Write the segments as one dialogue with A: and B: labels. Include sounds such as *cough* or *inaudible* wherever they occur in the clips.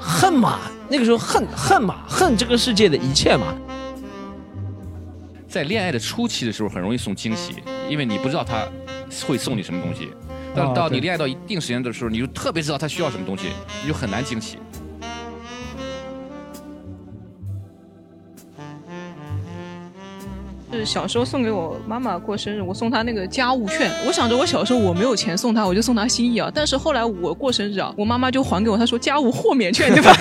A: 恨马，那个时候恨恨马，恨这个世界的一切马。
B: 在恋爱的初期的时候，很容易送惊喜，因为你不知道他会送你什么东西。
A: 啊
B: 到到
A: 对
B: 你恋爱到一定时间的时候，你就特别知道他需要什么东西，你就很难惊喜。
C: 是小时候送给我妈妈过生日，我送她那个家务券。我想着我小时候我没有钱送她，我就送她心意啊。但是后来我过生日啊，我妈妈就还给我，她说家务豁免券，对
D: *laughs*
C: 吧？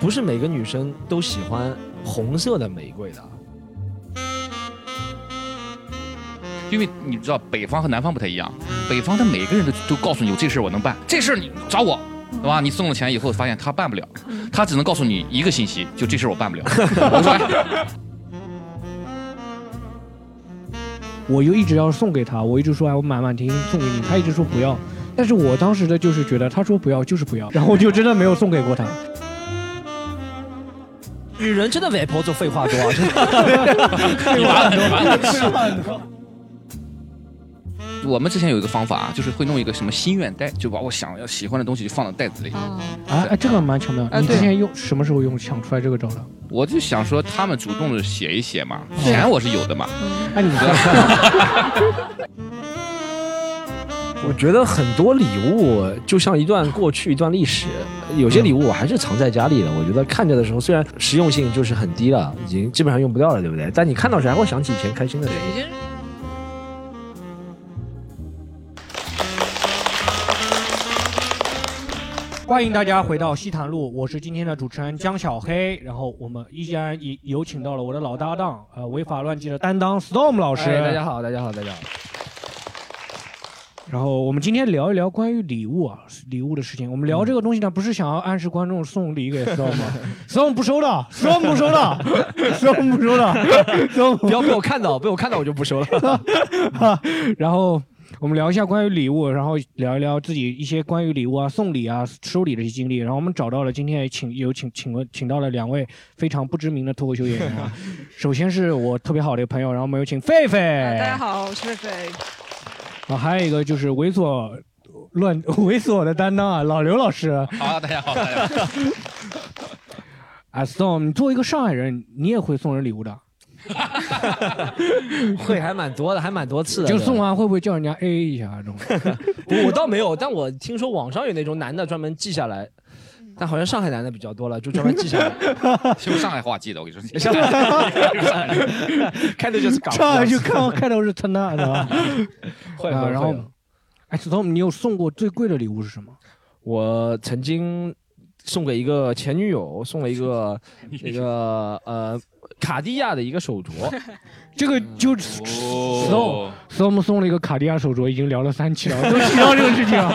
A: 不是每个女生都喜欢红色的玫瑰的。
B: 因为你知道北方和南方不太一样，北方他每个人都都告诉你有这事儿我能办，这事儿你找我，对吧？你送了钱以后发现他办不了，他只能告诉你一个信息，就这事儿我办不了。我说哎
D: 我又一直要送给他，我一直说哎，我买满婷送给你，他一直说不要，但是我当时的就是觉得他说不要就是不要， *laughs* 然后我就真的没有送给过他。
A: 女人真的外婆做废话多啊，真的。 *laughs*
B: 你完了，你完了。我们之前有一个方法，啊就是会弄一个什么心愿袋，就把我想要喜欢的东西就放到袋子里。
D: 啊，哎，这个蛮巧妙。
C: 啊
D: 你
C: 对
D: 之前用什么时候用想出来这个招的？
B: 我就想说，他们主动的写一写嘛，
A: 嗯
C: 对
B: 钱我是有的嘛。
D: 哎，你
B: 对
D: 这
B: *laughs*
A: 我觉得很多礼物就像一段过去一段历史，有些礼物我还是藏在家里的。我觉得看着的时候，虽然实用性就是很低了，已经基本上用不掉了，对不对？但你看到时还会想起以前开心的事情。
D: 欢迎大家回到西坛路，我是今天的主持人江小黑，然后我们依然也有请到了我的老搭档，呃，违法乱纪的担当 Storm 老师。
A: 哎大家好，大家好，大家好。
D: 然后我们今天聊一聊关于礼物啊，礼物的事情。我们聊这个东西呢，不是想要暗示观众送礼给 Storm，啊
A: *laughs*
D: Storm 不收的，Storm 不收的，Storm 不收的，Storm
A: 不要被我看到，被我看到我就不说了。
D: *laughs* 然后我们聊一下关于礼物，然后聊一聊自己一些关于礼物啊、送礼啊、收礼的一些经历。然后我们找到了今天也请有请请问请到了两位非常不知名的脱口秀演员啊。首先是我特别好的一个朋友，然后我们有请狒狒。
C: 啊大家好，我是菲菲。
D: 然后啊还有一个就是猥琐乱 *laughs* 猥琐的担当啊，老刘老师
B: *laughs* 好，大家好，大家好。
D: *laughs* 啊，Storm，你作为一个上海人，你也会送人礼物的，
A: *laughs* 会还蛮多的，还蛮多次的。
D: 就送完会不会叫人家 A A 一下啊这种？
A: 不我倒没有，但我听说网上有那种男的专门记下来，但好像上海男的比较多了，就专门记下来。
B: *laughs*
A: *laughs*
B: 用上海话记得，我跟你说 *laughs*
A: 上。海开头就是搞不
D: 上
A: 好
D: 来
A: 意
D: 就 *laughs*
A: 思
D: 看开头是他那的啊，
A: *laughs* 会
D: 啊
A: 会
D: 然后
A: 会
D: 哎，Storm，你有送过最贵的礼物是什么？
A: 我曾经送给一个前女友，送了一个那个呃卡地亚的一个手镯，
D: 这个就 Storm，Storm
B: 哦，
D: 送了一个卡地亚手镯，已经聊了三期了，都提到这个事情了。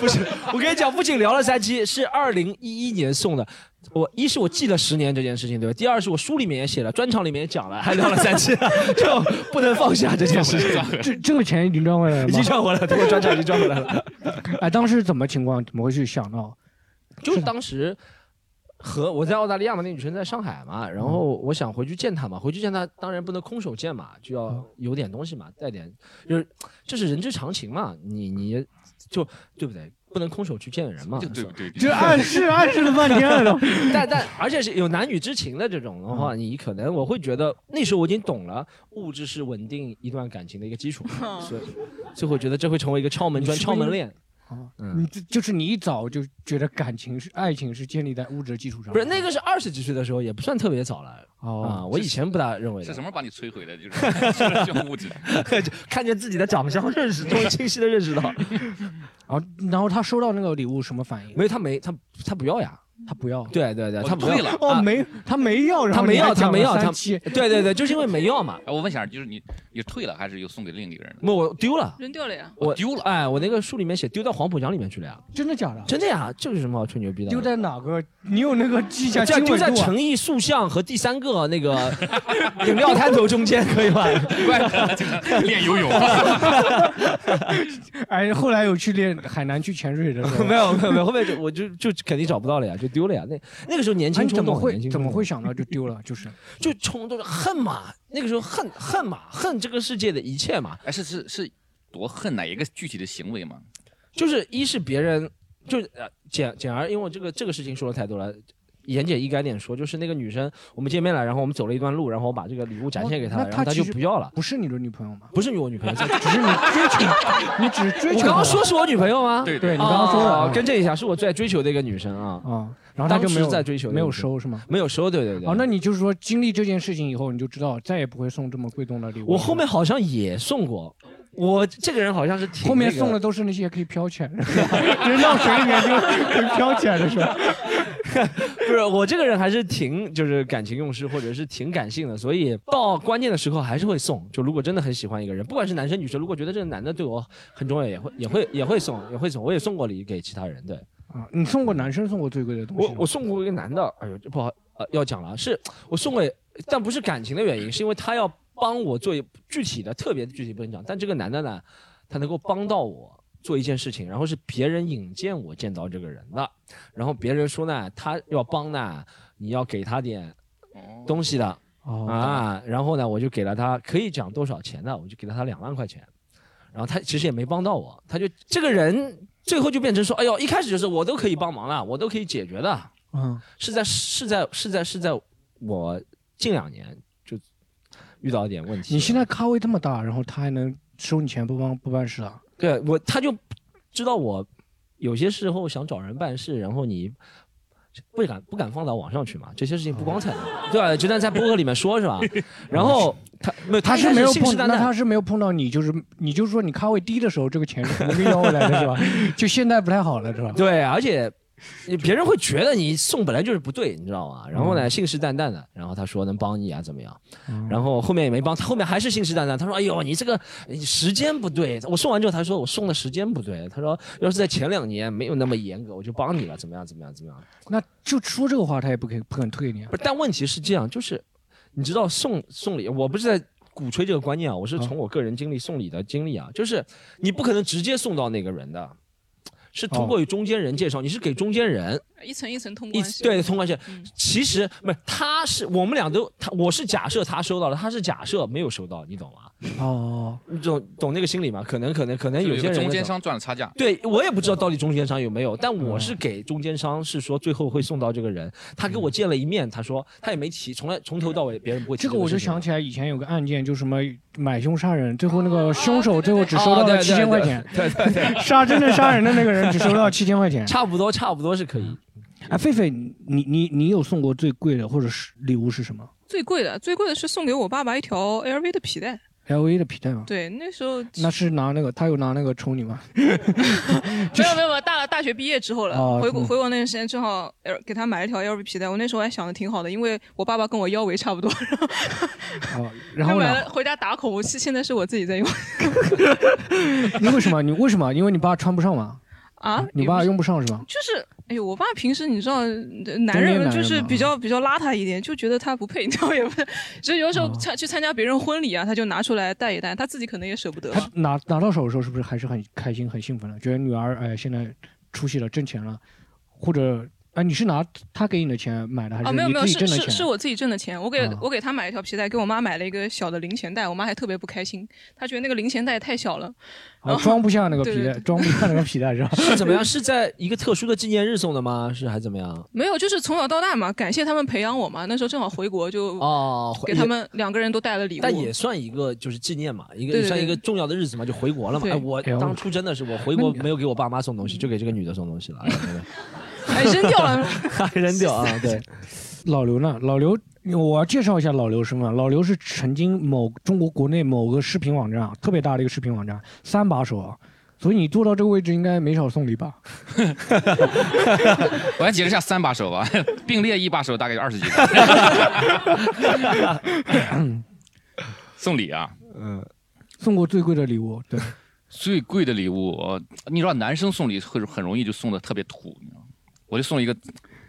A: 不是，我跟你讲，不仅聊了三期，是二零一一年送的。我一是我记了十年这件事情，对吧？第二是我书里面也写了，专场里面也讲了，还聊了三期， *laughs* 就 *laughs* 不能放下这件事情。
D: *laughs* 这这个钱已经赚回来了
A: 已
D: 吗
A: 经？赚回来了，对我专场已经赚回来了。
D: *laughs* 哎，当时怎么情况？怎么会去想到？
A: 就是当时和我在澳大利亚嘛，那女生在上海嘛，
D: 嗯
A: 然后我想回去见她嘛，回去见她当然不能空手见嘛，就
D: 嗯
A: 要有点东西嘛，带点，就是这是人之常情嘛，你你就对不对？不能空手去见人嘛，
B: 对
A: 是
B: 对
A: 吧
B: 对，
D: 这暗示暗示了半天了都。
A: *laughs*
D: 嗯
A: 但但而且是有男女之情的这种的话，你可能我会觉得那时候我已经懂了，物质是稳定一段感情的一个基础，
B: *laughs*
A: 所以所以我觉得这会成为一个敲门砖、
D: 你是
A: 敲
D: 不是
A: 门链。
D: 啊
A: 嗯
D: 你这就是你一早就觉得感情是爱情是建立在物质基础上的，
A: 不是那个是二十几岁的时候，也不算特别早了啊，
D: 哦，
A: 我以前不大认为的
B: 是。什么把你摧毁的？就是 *laughs* 就是
A: *laughs*
B: 物质。
A: 看见自己的长相，认识，终于清晰的认识到，
D: 然后 *laughs* 然后他收到那个礼物什么反应？
A: 没有他没他他不要呀，
D: 他不要。
A: 对对对，
B: 我
A: 他不
B: 退
A: 要
B: 了
D: 哦，
A: 啊
D: 没，他没要，然后
A: 他没
D: 你还
A: 要，他
D: 讲
A: 没
D: 了
A: 要，
D: 三
A: 他
D: 期
A: 对对对，就是因为没要嘛，
B: 哎，我问一下，就是你你退了还是又送给另一个人的？
A: 我我丢了，
C: 扔掉了呀？
A: 我
B: 哦丢了，
A: 哎，我那个书里面写丢到黄浦江里面去了呀，
D: 真的假的？
A: 真的呀，这有什么好吹牛逼的？
D: 丢在哪个？你有那个迹象？
A: 这
D: 经
A: 样丢
D: 纬
A: 在
D: 度啊？ *laughs*
A: 诚意塑像和第三个那个 *laughs* 饮料摊头中间，可以吧？，
B: *laughs* 怪不得经常练游泳。
D: 哎，后来有去练海南去潜水的时候
A: *laughs* 没有没有没有，后面就我就就肯定找不到了呀，就丢了呀。那那个时候 *laughs* 年
D: 哎
A: 轻
D: 你怎
A: 冲
D: 么
A: 动，啊
D: 会
A: 年轻
D: 怎
A: 冲
D: 么
A: 动
D: 会想到就丢了？就是
A: *laughs* 就冲动恨嘛？那个时候恨恨嘛，恨这个世界的一切嘛。
B: 哎，是是是，多恨哪一个具体的行为吗？
A: 就是一是别人就呃简简而，因为我这个这个事情说的太多了。言简意赅点说，就是那个女生，我们见面了，然后我们走了一段路，然后我把这个礼物展现给她，
D: 那
A: 然后她
D: 其
A: 就
D: 实
A: 不要了，
D: 不是你的女朋友吗？
A: 不是我
D: *laughs*
A: 女朋友。
D: 只是你追求，
A: *laughs*
D: 你只是追求
A: 我
D: 她了。
A: 刚刚说是我女朋友吗？
B: 对
D: 对你刚刚说的
A: 哦
D: 嗯
A: 更正一下，是我最爱追求的一个女生啊，
D: 啊，然后他就
A: 当时
D: 没有
A: 在追求的
D: 没有
A: 女生
D: 收是吗？
A: 没有收，对对对。
D: 哦，那你就是说经历这件事情以后，你就知道再也不会送这么贵重的礼物。
A: 我后面好像也送过，我这个人好像是挺
D: 后面
A: 那个
D: 送的都是那些可以飘起来的，人到水里面就可以飘起来的是吧？
A: *laughs* 不是我这个人还是挺就是感情用事，或者是挺感性的，所以到关键的时候还是会送。就如果真的很喜欢一个人，不管是男生女生，如果觉得这个男的对我很重要，也会也会也会送，也会送。我也送过礼给其他人，对
D: 啊，你送过男生送过最贵的东西
A: 我
D: 吗？
A: 我送过一个男的，哎呦这不好呃要讲了，是我送给，但不是感情的原因，是因为他要帮我做一具体的特别具体不能讲，但这个男的呢，他能够帮到我。做一件事情，然后是别人引荐我见到这个人的，然后别人说呢，他要帮呢，你要给他点东西的
D: 哦，
A: 啊，然后呢，我就给了他可以讲多少钱的，我就给了他两万块钱，然后他其实也没帮到我，他就这个人最后就变成说，哎呦，一开始就是我都可以帮忙了，我都可以解决的，
D: 嗯，
A: 是在是在是在是在我近两年就遇到一点问题了。
D: 你现在咖位这么大，然后他还能收你钱不帮不办事啊？
A: 对我他就知道我有些时候想找人办事，然后你。不敢不敢放到网上去嘛？这些事情不光彩的，对吧？就算在播客里面说，
D: *laughs*
A: 是吧？然后他没有，
D: 他
A: 一开
D: 是
A: 始
D: 没有
A: 信
D: 碰，
A: 誓旦
D: 那
A: 旦
D: 他是没有碰到你，就是你就是说你咖位低的时候，这个钱是不会要回来
A: *laughs*
D: 的是吧？就现在不太好了是吧？
A: 对，而且别人会觉得你送本来就是不对，你知道吗？然后
D: 嗯
A: 呢，信誓旦旦的，然后他说能帮你啊，怎么样？然后后面也没帮，他后面还是信誓旦旦，他说：“哎呦，你这个你时间不对。”我送完之后，他说：“我送的时间不对。”他说：“要是在前两年没有那么严格，我就帮你了，怎么样？怎么样？怎么样
D: 那就说这个话，他也不肯不肯退你？”啊
A: 不。是，但问题是这样，就是你知道送送礼，我不是在。鼓吹这个观念啊，我是
D: 啊
A: 从我个人经历送礼的经历啊，就是你不可能直接送到那个人的，是通过中间人介绍，你是给中间人，
C: 一层一层通
A: 一
C: 关系。
A: 对，通关系
C: 嗯，
A: 其实不是，他是我们俩都他，我是假设他收到了，他是假设没有收到，你懂吗？
D: 哦，
A: 你懂懂那个心理吗？可能可能可能
B: 就
A: 哎有
B: 一
A: 些
B: 个
A: 人
B: 中间
A: 那种。
B: 商赚了差价。
A: 对，我也不知道到底中间商有没有，但我是给中间商是说最后会送到这个人，他跟我见了一面，他说他也没提，从来从头到尾别人不会提
D: 这个我就想
A: 起
D: 起来以前有个案件，就什么买凶杀人，最后那个凶手最后只收到
A: 哦对
D: 了
A: 哦对
D: 七千块钱，
A: 对对
D: *laughs*
A: 对，
D: 杀真正杀人的那个人只收到七千块钱。
A: *laughs* 差不多差不多是可以。
D: 哎，狒狒，你你你有送过最贵的或者是礼物是什么
C: 最贵的，最贵的是送给我爸爸一条 LV 的皮带。
D: ？L A 的皮带吗？
C: 对，那时候
D: 那是拿那个，他有拿那个抽你吗？
C: 没有没有没有，大大学毕业之后了，
D: 哦
C: 回国
D: 嗯
C: 回国那段时间正好呃给他买了一条 LV 皮带，我那时候还想的挺好的，因为我爸爸跟我腰围差不多，
D: 哦，然后
C: 买
D: 呢？
C: 了 *laughs* 回家打孔，我现现在是我自己在用 *laughs*
D: 你为什么？你为什么？因为你爸穿不上嘛，
C: 啊。
D: 你
C: 也
D: 爸
C: 不是
D: 用不上是吧？
C: 就是哎呦，我爸平时你知道，呃男人们就是比较比较邋遢一点，就觉得他不配， *laughs* 你知道也不是，所以有时候参去参加别人婚礼啊，他就拿出来戴一戴，他自己可能也舍不得
D: 他拿拿到手的时候，是不是还是很开心、很兴奋的？觉得女儿哎，现在出息了，挣钱了，或者哎，你是拿他给你的钱买的，还
C: 啊，
D: 是
C: 没有
D: 你
C: 没有，
D: 自
C: 是
D: 己挣的
C: 是
D: 钱？
C: 是我自己挣的钱，我给、
D: 啊
C: 我给他买了一条皮带，给我妈买了一个小的零钱袋，我妈还特别不开心，她觉得那个零钱袋太小了。
D: 啊，
C: 哦
D: 装不下那个皮
C: 对对
D: 带，
C: 对
D: 装不下那个皮带是吧？
A: *laughs* 是怎么样？是在一个特殊的纪念日送的吗？是还怎么样？
C: 没有，就是从小到大嘛，感谢他们培养我嘛。那时候正好回国，就
A: 哦，
C: 给他们两个人都带了礼物。
A: 但也算一个就是纪念嘛，一个
C: 对对
A: 也算一个
C: 对
A: 重要的日子嘛，就回国了嘛。
C: 对
A: 哎，我
D: 哎呦
A: 当初真的是我回
D: 那
A: 国
D: 你
A: 没有给我爸妈送东西，就给这个女的送东西了，哎对
C: 哎扔掉了。
A: 对 *laughs* 扔掉
C: *laughs*
A: 啊，对，
D: 老刘呢？老刘，我要介绍一下老刘身份。老刘是曾经某中国国内某个视频网站啊，特别大的一个视频网站，三把手啊。所以你坐到这个位置，应该没少送礼吧？
B: *laughs* 我来解释一下三把手吧， *laughs* 并列一把手大概有二十几个。 *coughs* 送礼啊，
A: 嗯，
D: 送过最贵的礼物，对，
B: 最贵的礼物，呃你知道男生送礼会很容易就送的特别土，你知道吗？我就送了一个，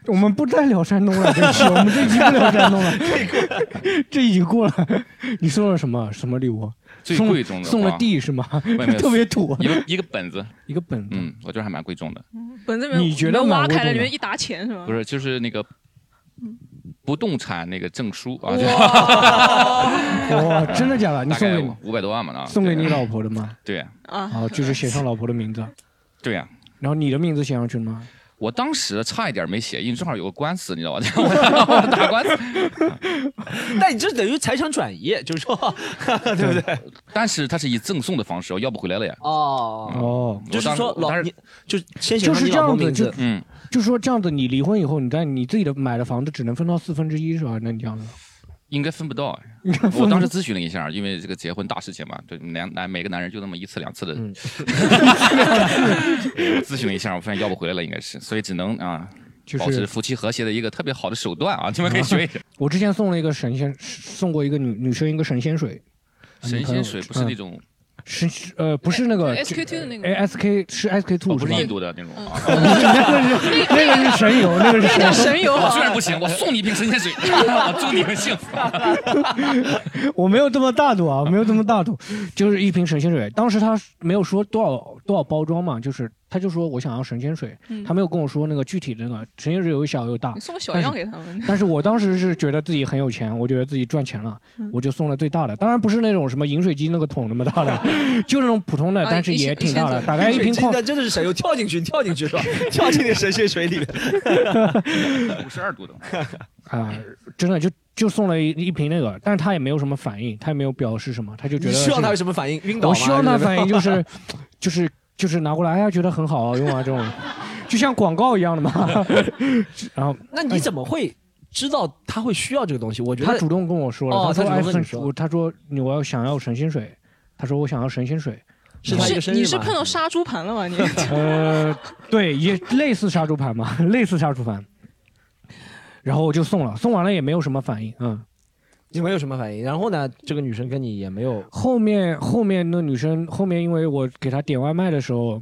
D: 我们不再聊山东了，这一
B: *laughs*
D: 期我们这一期不聊山东了，这已经过了。你送了什么什么礼物？
B: 最贵重的
D: 送了
B: 啊
D: 地是吗？
B: 没有没
D: *laughs*
B: 有
D: 特别土，啊
B: 一个一个本子，
D: 一个本子。
B: 嗯，我觉得还蛮贵重的，
C: 本子里面
D: 你觉得
C: 里面
D: 蛮
C: 挖
D: 贵
C: 开了，
D: 重
C: 里
D: 的
C: 面一沓钱是吗？
B: 不是就是那个不动产那个证书啊，就
C: 哇
D: *laughs* 哇，真的假的？你
B: 大
D: 送
B: 概
D: 给你
B: 五百多万嘛啊，
D: 送给
B: *laughs* 对
D: 你老婆的吗？
B: 对呀
C: 啊！
D: 啊，就是写上老婆的名字。
B: 对呀，
D: 然后你的名字写上去了吗？
B: 我当时差一点没写，因为正好有个官司，你知道吧？ *laughs* 我打官司，
A: *laughs* 但你这等于财产转移，就是说， *laughs* 对不对？
B: 但是它是以赠送的方式，我要不回来了呀。啊
A: 哦，
D: 哦，
B: 我
A: 就是
B: 当
A: 说
B: 我当
A: 老
B: 时
A: 你就先写
D: 就
A: 上
D: 是
A: 你
D: 这
A: 老婆
D: 样子，就
A: 名字，
B: 嗯，
D: 就说这样子，你离婚以后，你在你自己的买的房子只能分到四分之一是吧？那你这样子，
B: 应该分不到。哎我当时咨询了一下，因为这个结婚大事情嘛，对男男每个男人就那么一次两次的。
A: 嗯
B: 我咨询了一下，我发现要不回来了，应该是，所以只能啊。
D: 就
B: 保持
D: 是
B: 夫妻和谐的一个特别好的手段啊！你们可以学一学。
D: 我之前送了一个神仙，送过一个女女生一个神仙水，啊
B: 神仙水不是那
D: 嗯
B: 种，
D: 神呃不是那个
C: SK two 的那个，
D: 哎 SK 是 SK two
B: 哦不是
D: 吧
B: 印度的那种啊。
D: *laughs* 那个是那个是神游，那个是
C: 那
D: 神
C: 叫
D: 游。
C: 神游
B: 我
C: 啊
B: 虽！然不行，我送你一瓶神仙水，我祝你们幸福。
D: *laughs* 我没有这么大度啊，没有这么大度，就是一瓶神仙水。当时他没有说多少多少包装嘛，就是他就说我想要神仙水，
C: 嗯
D: 他没有跟我说那个具体的那个神仙水有小有大
C: 你，送个小样给他们，
D: *laughs* 但是我当时是觉得自己很有钱，我觉得自己赚钱了，
C: 嗯
D: 我就送了最大的，当然不是那种什么饮水机那个桶那么大的，
C: *laughs*
D: 就那种普通的，
C: 啊
D: 但是
C: 一千
D: 也挺大
C: 一
D: 的，
C: 千
D: 大概一瓶矿
A: 那真的是神游，跳进去，跳进去
D: *laughs*
A: 是吧？跳进那神仙水里面。
B: *laughs* 五十二度的，
D: 啊、真的就就送了一一瓶那个，但是他也没有什么反应，他也没有表示什么，他 *laughs* 就觉
A: 你
D: 得
A: 需要
D: 是
A: 他有什么反应？晕倒吗？
D: 我希望他
A: 还是
D: 反应就是，就是就是拿过来，哎呀，觉得很好啊用啊这种，就像广告一样的嘛。 *laughs* 然后哎
A: 那你怎么会知道他会需要这个东西？我觉
D: 他
A: 得
D: 主动跟我说了，他说
A: 哦他主动
D: 哎，
A: 跟你说
D: 很我他说你我要想要神仙水，他说我想要神仙水，
A: 是
C: 你
A: 他一个
C: 是
A: 生日
C: 你是
A: 嘛
C: 碰到杀猪盘了吗？你 *laughs*
D: 呃，对，也类似杀猪盘嘛， *laughs* 类似杀猪盘。然后我就送了，送完了也没有什么反应，嗯。
A: *laughs* 你们有什么反应？然后呢，这个女生跟你也没有
D: 后面后面那女生后面，因为我给她点外卖的时候，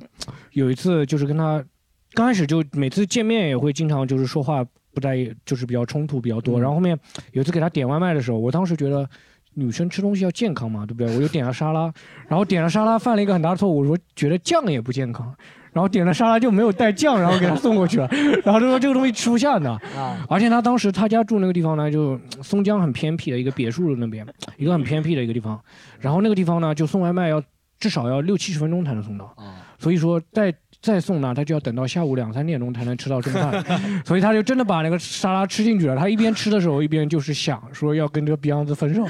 D: 有一次就是跟她刚开始就每次见面也会经常就是说话不在意，就是比较冲突比较多。
A: 嗯
D: 然后后面有一次给她点外卖的时候，我当时觉得女生吃东西要健康嘛，对不对？我就点了沙拉， *laughs* 然后点了沙拉犯了一个很大的错误，我说觉得酱也不健康。然后点了沙拉就没有带酱，然后给她送过去了。然后她说这个东西吃不下呢，
A: 啊，
D: 而且他当时他家住那个地方呢，就嗯松江很偏僻的一个别墅那边，一个很偏僻的一个地方。然后那个地方呢，就送外卖要至少要六七十分钟才能送到，所以说再再送呢，他就要等到下午两三点钟才能吃到中饭。所以他就真的把那个沙拉吃进去了。他一边吃的时候，一边就是想说要跟这个 Beyond 分手。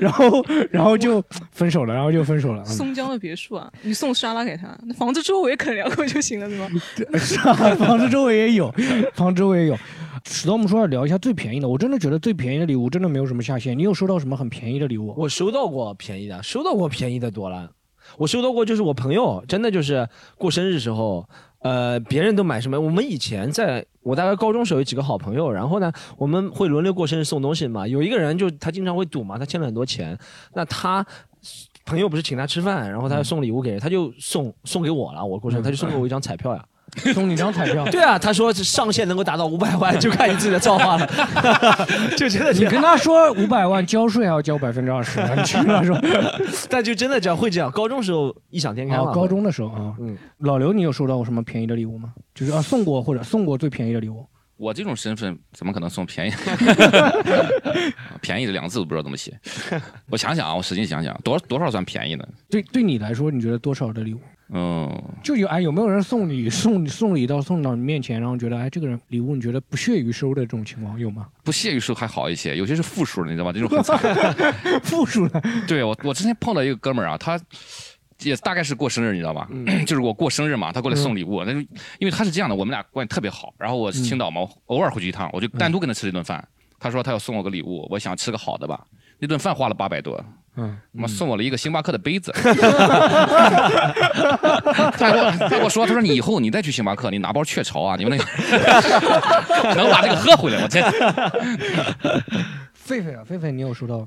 D: 然后，然后就分手了，然后就分手了。嗯
C: 松江的别墅啊，你送沙拉给他，那房子周围啃两口就行了，对吗？
D: *laughs* 是啊，房子周围也有，房子周围也有。史我们说要聊一下最便宜的，我真的觉得最便宜的礼物真的没有什么下限。你有收到什么很便宜的礼物？啊
A: 我收到过便宜的，收到过便宜的多
D: *laughs*
A: 了。我收到过，就是我朋友真的就是过生日时候，呃，别人都买什么，我们以前在我大概高中时候有几个好朋友，然后呢，我们会轮流过生日送东西嘛。有一个人就他经常会赌嘛，他欠了很多钱，那他。朋友不是请他吃饭，然后
D: 嗯
A: 他送礼物给人，他就送送给我了。我过生日，他就送给我一张
D: *laughs*
A: 彩票呀。
D: 送你一张彩票。
A: 对啊，他说这上限能够达到五百万，就看你自己的造化了， *laughs* *laughs* 就真的
D: 你
A: 这样，
D: 跟
A: *laughs*
D: 他说五百万交税还要交百分之二十，你去跟他
A: *laughs*
D: 说。
A: 但就真的这样会这样。高中时候异想天开嘛，
D: 哦，高中的时候啊，
A: 嗯
D: 老刘，你有收到过什么便宜的礼物吗？就是啊，送过或者送过最便宜的礼物，
B: 我这种身份怎么可能送便宜？便宜这两个字都不知道怎么写。我想想啊，我使劲想想，多多少算便宜呢？
D: 对对你来说，你觉得多少的礼物？
B: 嗯，
D: 就有哎，有没有人送你送你送礼到送到你面前，然后觉得哎这个人礼物你觉得不屑于收的这种情况有
A: *laughs*
D: 吗？
B: 不屑于数还好一些，有些是负数的，你知道吧？这种很惨。
D: 复数的，
B: *laughs* 对我，我之前碰到一个哥们儿啊，他也大概是过生日，你知道吧？
D: 嗯
B: *clears throat* 就是我过生日嘛，他过来送礼物，那、就因为他是这样的，我们俩关系特别好。然后我
D: 嗯
B: 是青岛嘛，我偶尔回去一趟，我就单独跟他吃了一顿饭。他说他要送我个礼物，我想吃个好的吧。那顿饭花了八百多，
D: 嗯，
B: 他妈送我了一个星巴克的
D: *laughs*
B: 杯子。他跟我他跟我说，他说你以后你再去星巴克，你拿包雀巢啊，你们那
D: *laughs*
B: 个能把这个喝回 *laughs* 来，我真
D: 狒狒啊，狒狒，你有收到？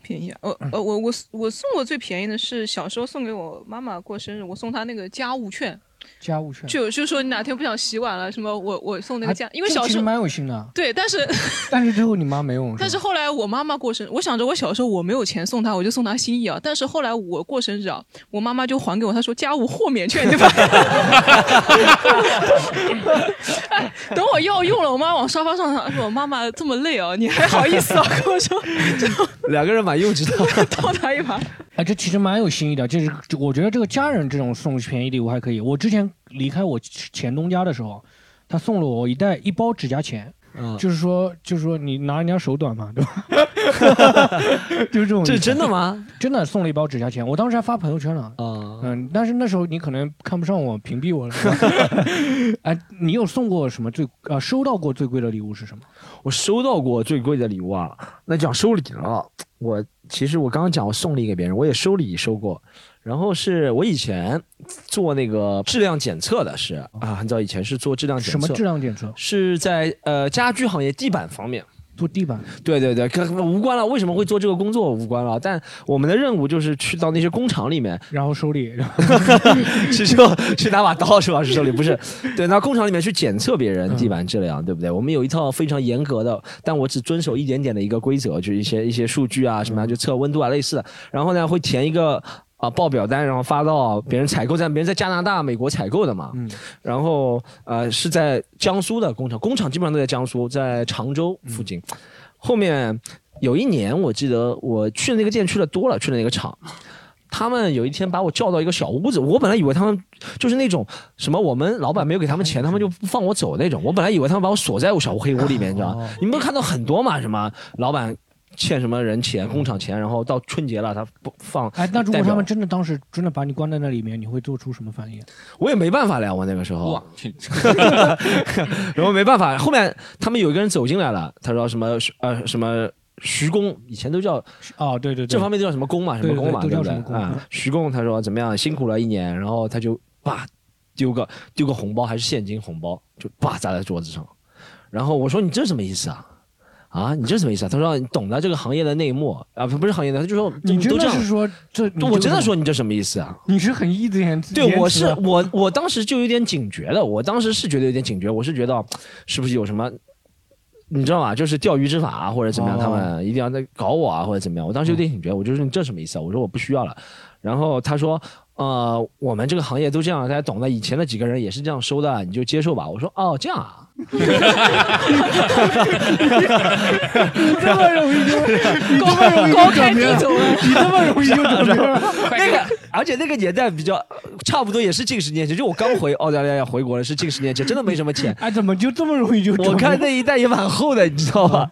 C: 便宜啊！我呃我我我送过最便宜的是小时候送给我妈妈过生日，我送她那个家务券，
D: 家务事儿，
C: 就就说你哪天不想洗碗了，什么我我送那个酱，因为
D: 这个
C: 小时
D: 其实
C: 候
D: 蛮有心的，
C: 对，但是
D: 但是最后你妈没用，
C: 但是
D: 是吧
C: 后来我妈妈过生日，我想着我小时候我没有钱送她，我就送她心意啊。但是后来我过生日啊，我妈妈就还给我，她说家务豁免券，对吧？哎等我要用了，我妈往沙发上躺，她说我妈妈这么累啊，你还好意思啊？跟我说
A: *laughs* 两个人蛮幼稚的。
C: 倒她一把。
D: 哎，这其实蛮有心意的，就是就我觉得这个家人这种送便宜礼物还可以。我之前离开我前东家的时候，他送了我一袋一包指甲钳，
A: 嗯，
D: 就是说就是说你拿人家手短嘛，对吧？
A: *laughs*
D: 就是这种意思，
A: 这是真的吗？
D: 真的送了一包指甲钳，我当时还发朋友圈呢。
A: 啊，
D: 嗯，但是那时候你可能看不上我，屏蔽我了。是吧
A: *laughs*
D: 哎，你有送过什么最呃收到过最贵的礼物是什么？
A: 我收到过最贵的礼物啊，那讲收礼了。我其实我刚刚讲我送礼给别人，我也收礼收过。然后是我以前做那个质量检测的是啊，很早以前是做质量检
D: 什么
A: 测，
D: 质量检测？
A: 是在呃家居行业地板方面。
D: 做地板？
A: 对对对，跟无关了。为什么会做这个工作无关了？但我们的任务就是去到那些工厂里面，
D: 然后收 *laughs* 礼，
A: *laughs* 去就去拿把刀是吧？是手里不是？对，到工厂里面去检测别人地板质量，对不对？我们有一套非常严格的，但我只遵守一点点的一个规则，就是一些一些数据啊什么啊，就测温度啊类似的。然后呢，会填一个。啊，报表单，然后发到别人采购站，别人在加拿大、美国采购的嘛。
D: 嗯
A: 然后呃，是在江苏的工厂，工厂基本上都在江苏，在常州附近。后面有一年，我记得我去的那个店去的多了，去的那个厂，他们有一天把我叫到一个小屋子，我本来以为他们就是那种什么，我们老板没有给他们钱，他们就不放我走那种。我本来以为他们把我锁在我小黑屋里面，你知道吗？你们看到很多嘛，什么老板欠什么人钱、工厂钱，然后到春节了他不放，
D: 哎，那如
A: 代
D: 果
A: 表
D: 他们真的当时真的把你关在那里面，你会做出什么反应？
A: 我也没办法了呀，我那个时候 *laughs*
B: 哇，，去
A: 然后没办法，后面他们有一个人走进来了，他说什么呃什么。徐工以前都叫
D: 哦，对对对，
A: 这方面都叫什么工嘛，什
D: 对
A: 么工嘛，
D: 对
A: 对
D: 对都叫
A: 不对
D: 什么？工
A: 啊
D: 嗯，
A: 徐工他说怎么样，辛苦了一年，然后他就叭丢个丢个红包，还是现金红包，就叭砸在桌子上。然后我说你这什么意思啊？啊，你这什么意思啊？他说你懂得这个行业的内幕啊，不不是行业的，他就说
D: 你真
A: 都这
D: 的
A: 样
D: 是。说这？你这
A: 我真的
D: 种
A: 说你这什么意思啊？
D: 你是很义正言辞
A: 对，我
D: 言辞
A: 是
D: *laughs* 的
A: 我，我当时就有点警觉了。我当时是觉得有点警觉，我是觉得是不是有什么，你知道吗？就是钓鱼执法啊，或者怎么样，
D: 哦
A: 他们一定要在搞我啊，或者怎么样。我当时有点警觉，我就说你这什么意思啊？我说我不需要了。然后他说，呃，我们这个行业都这样，大家懂的。以前的几个人也是这样收的，你就接受吧。我说哦，这样啊。
D: 这么容易就
C: 高高开低走了。
D: 你这么容易就怎么样？
A: 那个，而且那个年代比较，差不多也是近十年前，就我刚回哦澳大利亚回国了，是近十年前，真的没什么钱。
D: 哎，怎么就这么容易就
A: *laughs* 我看
D: 那
A: 那一代也蛮厚的，你知道 *laughs* 吧？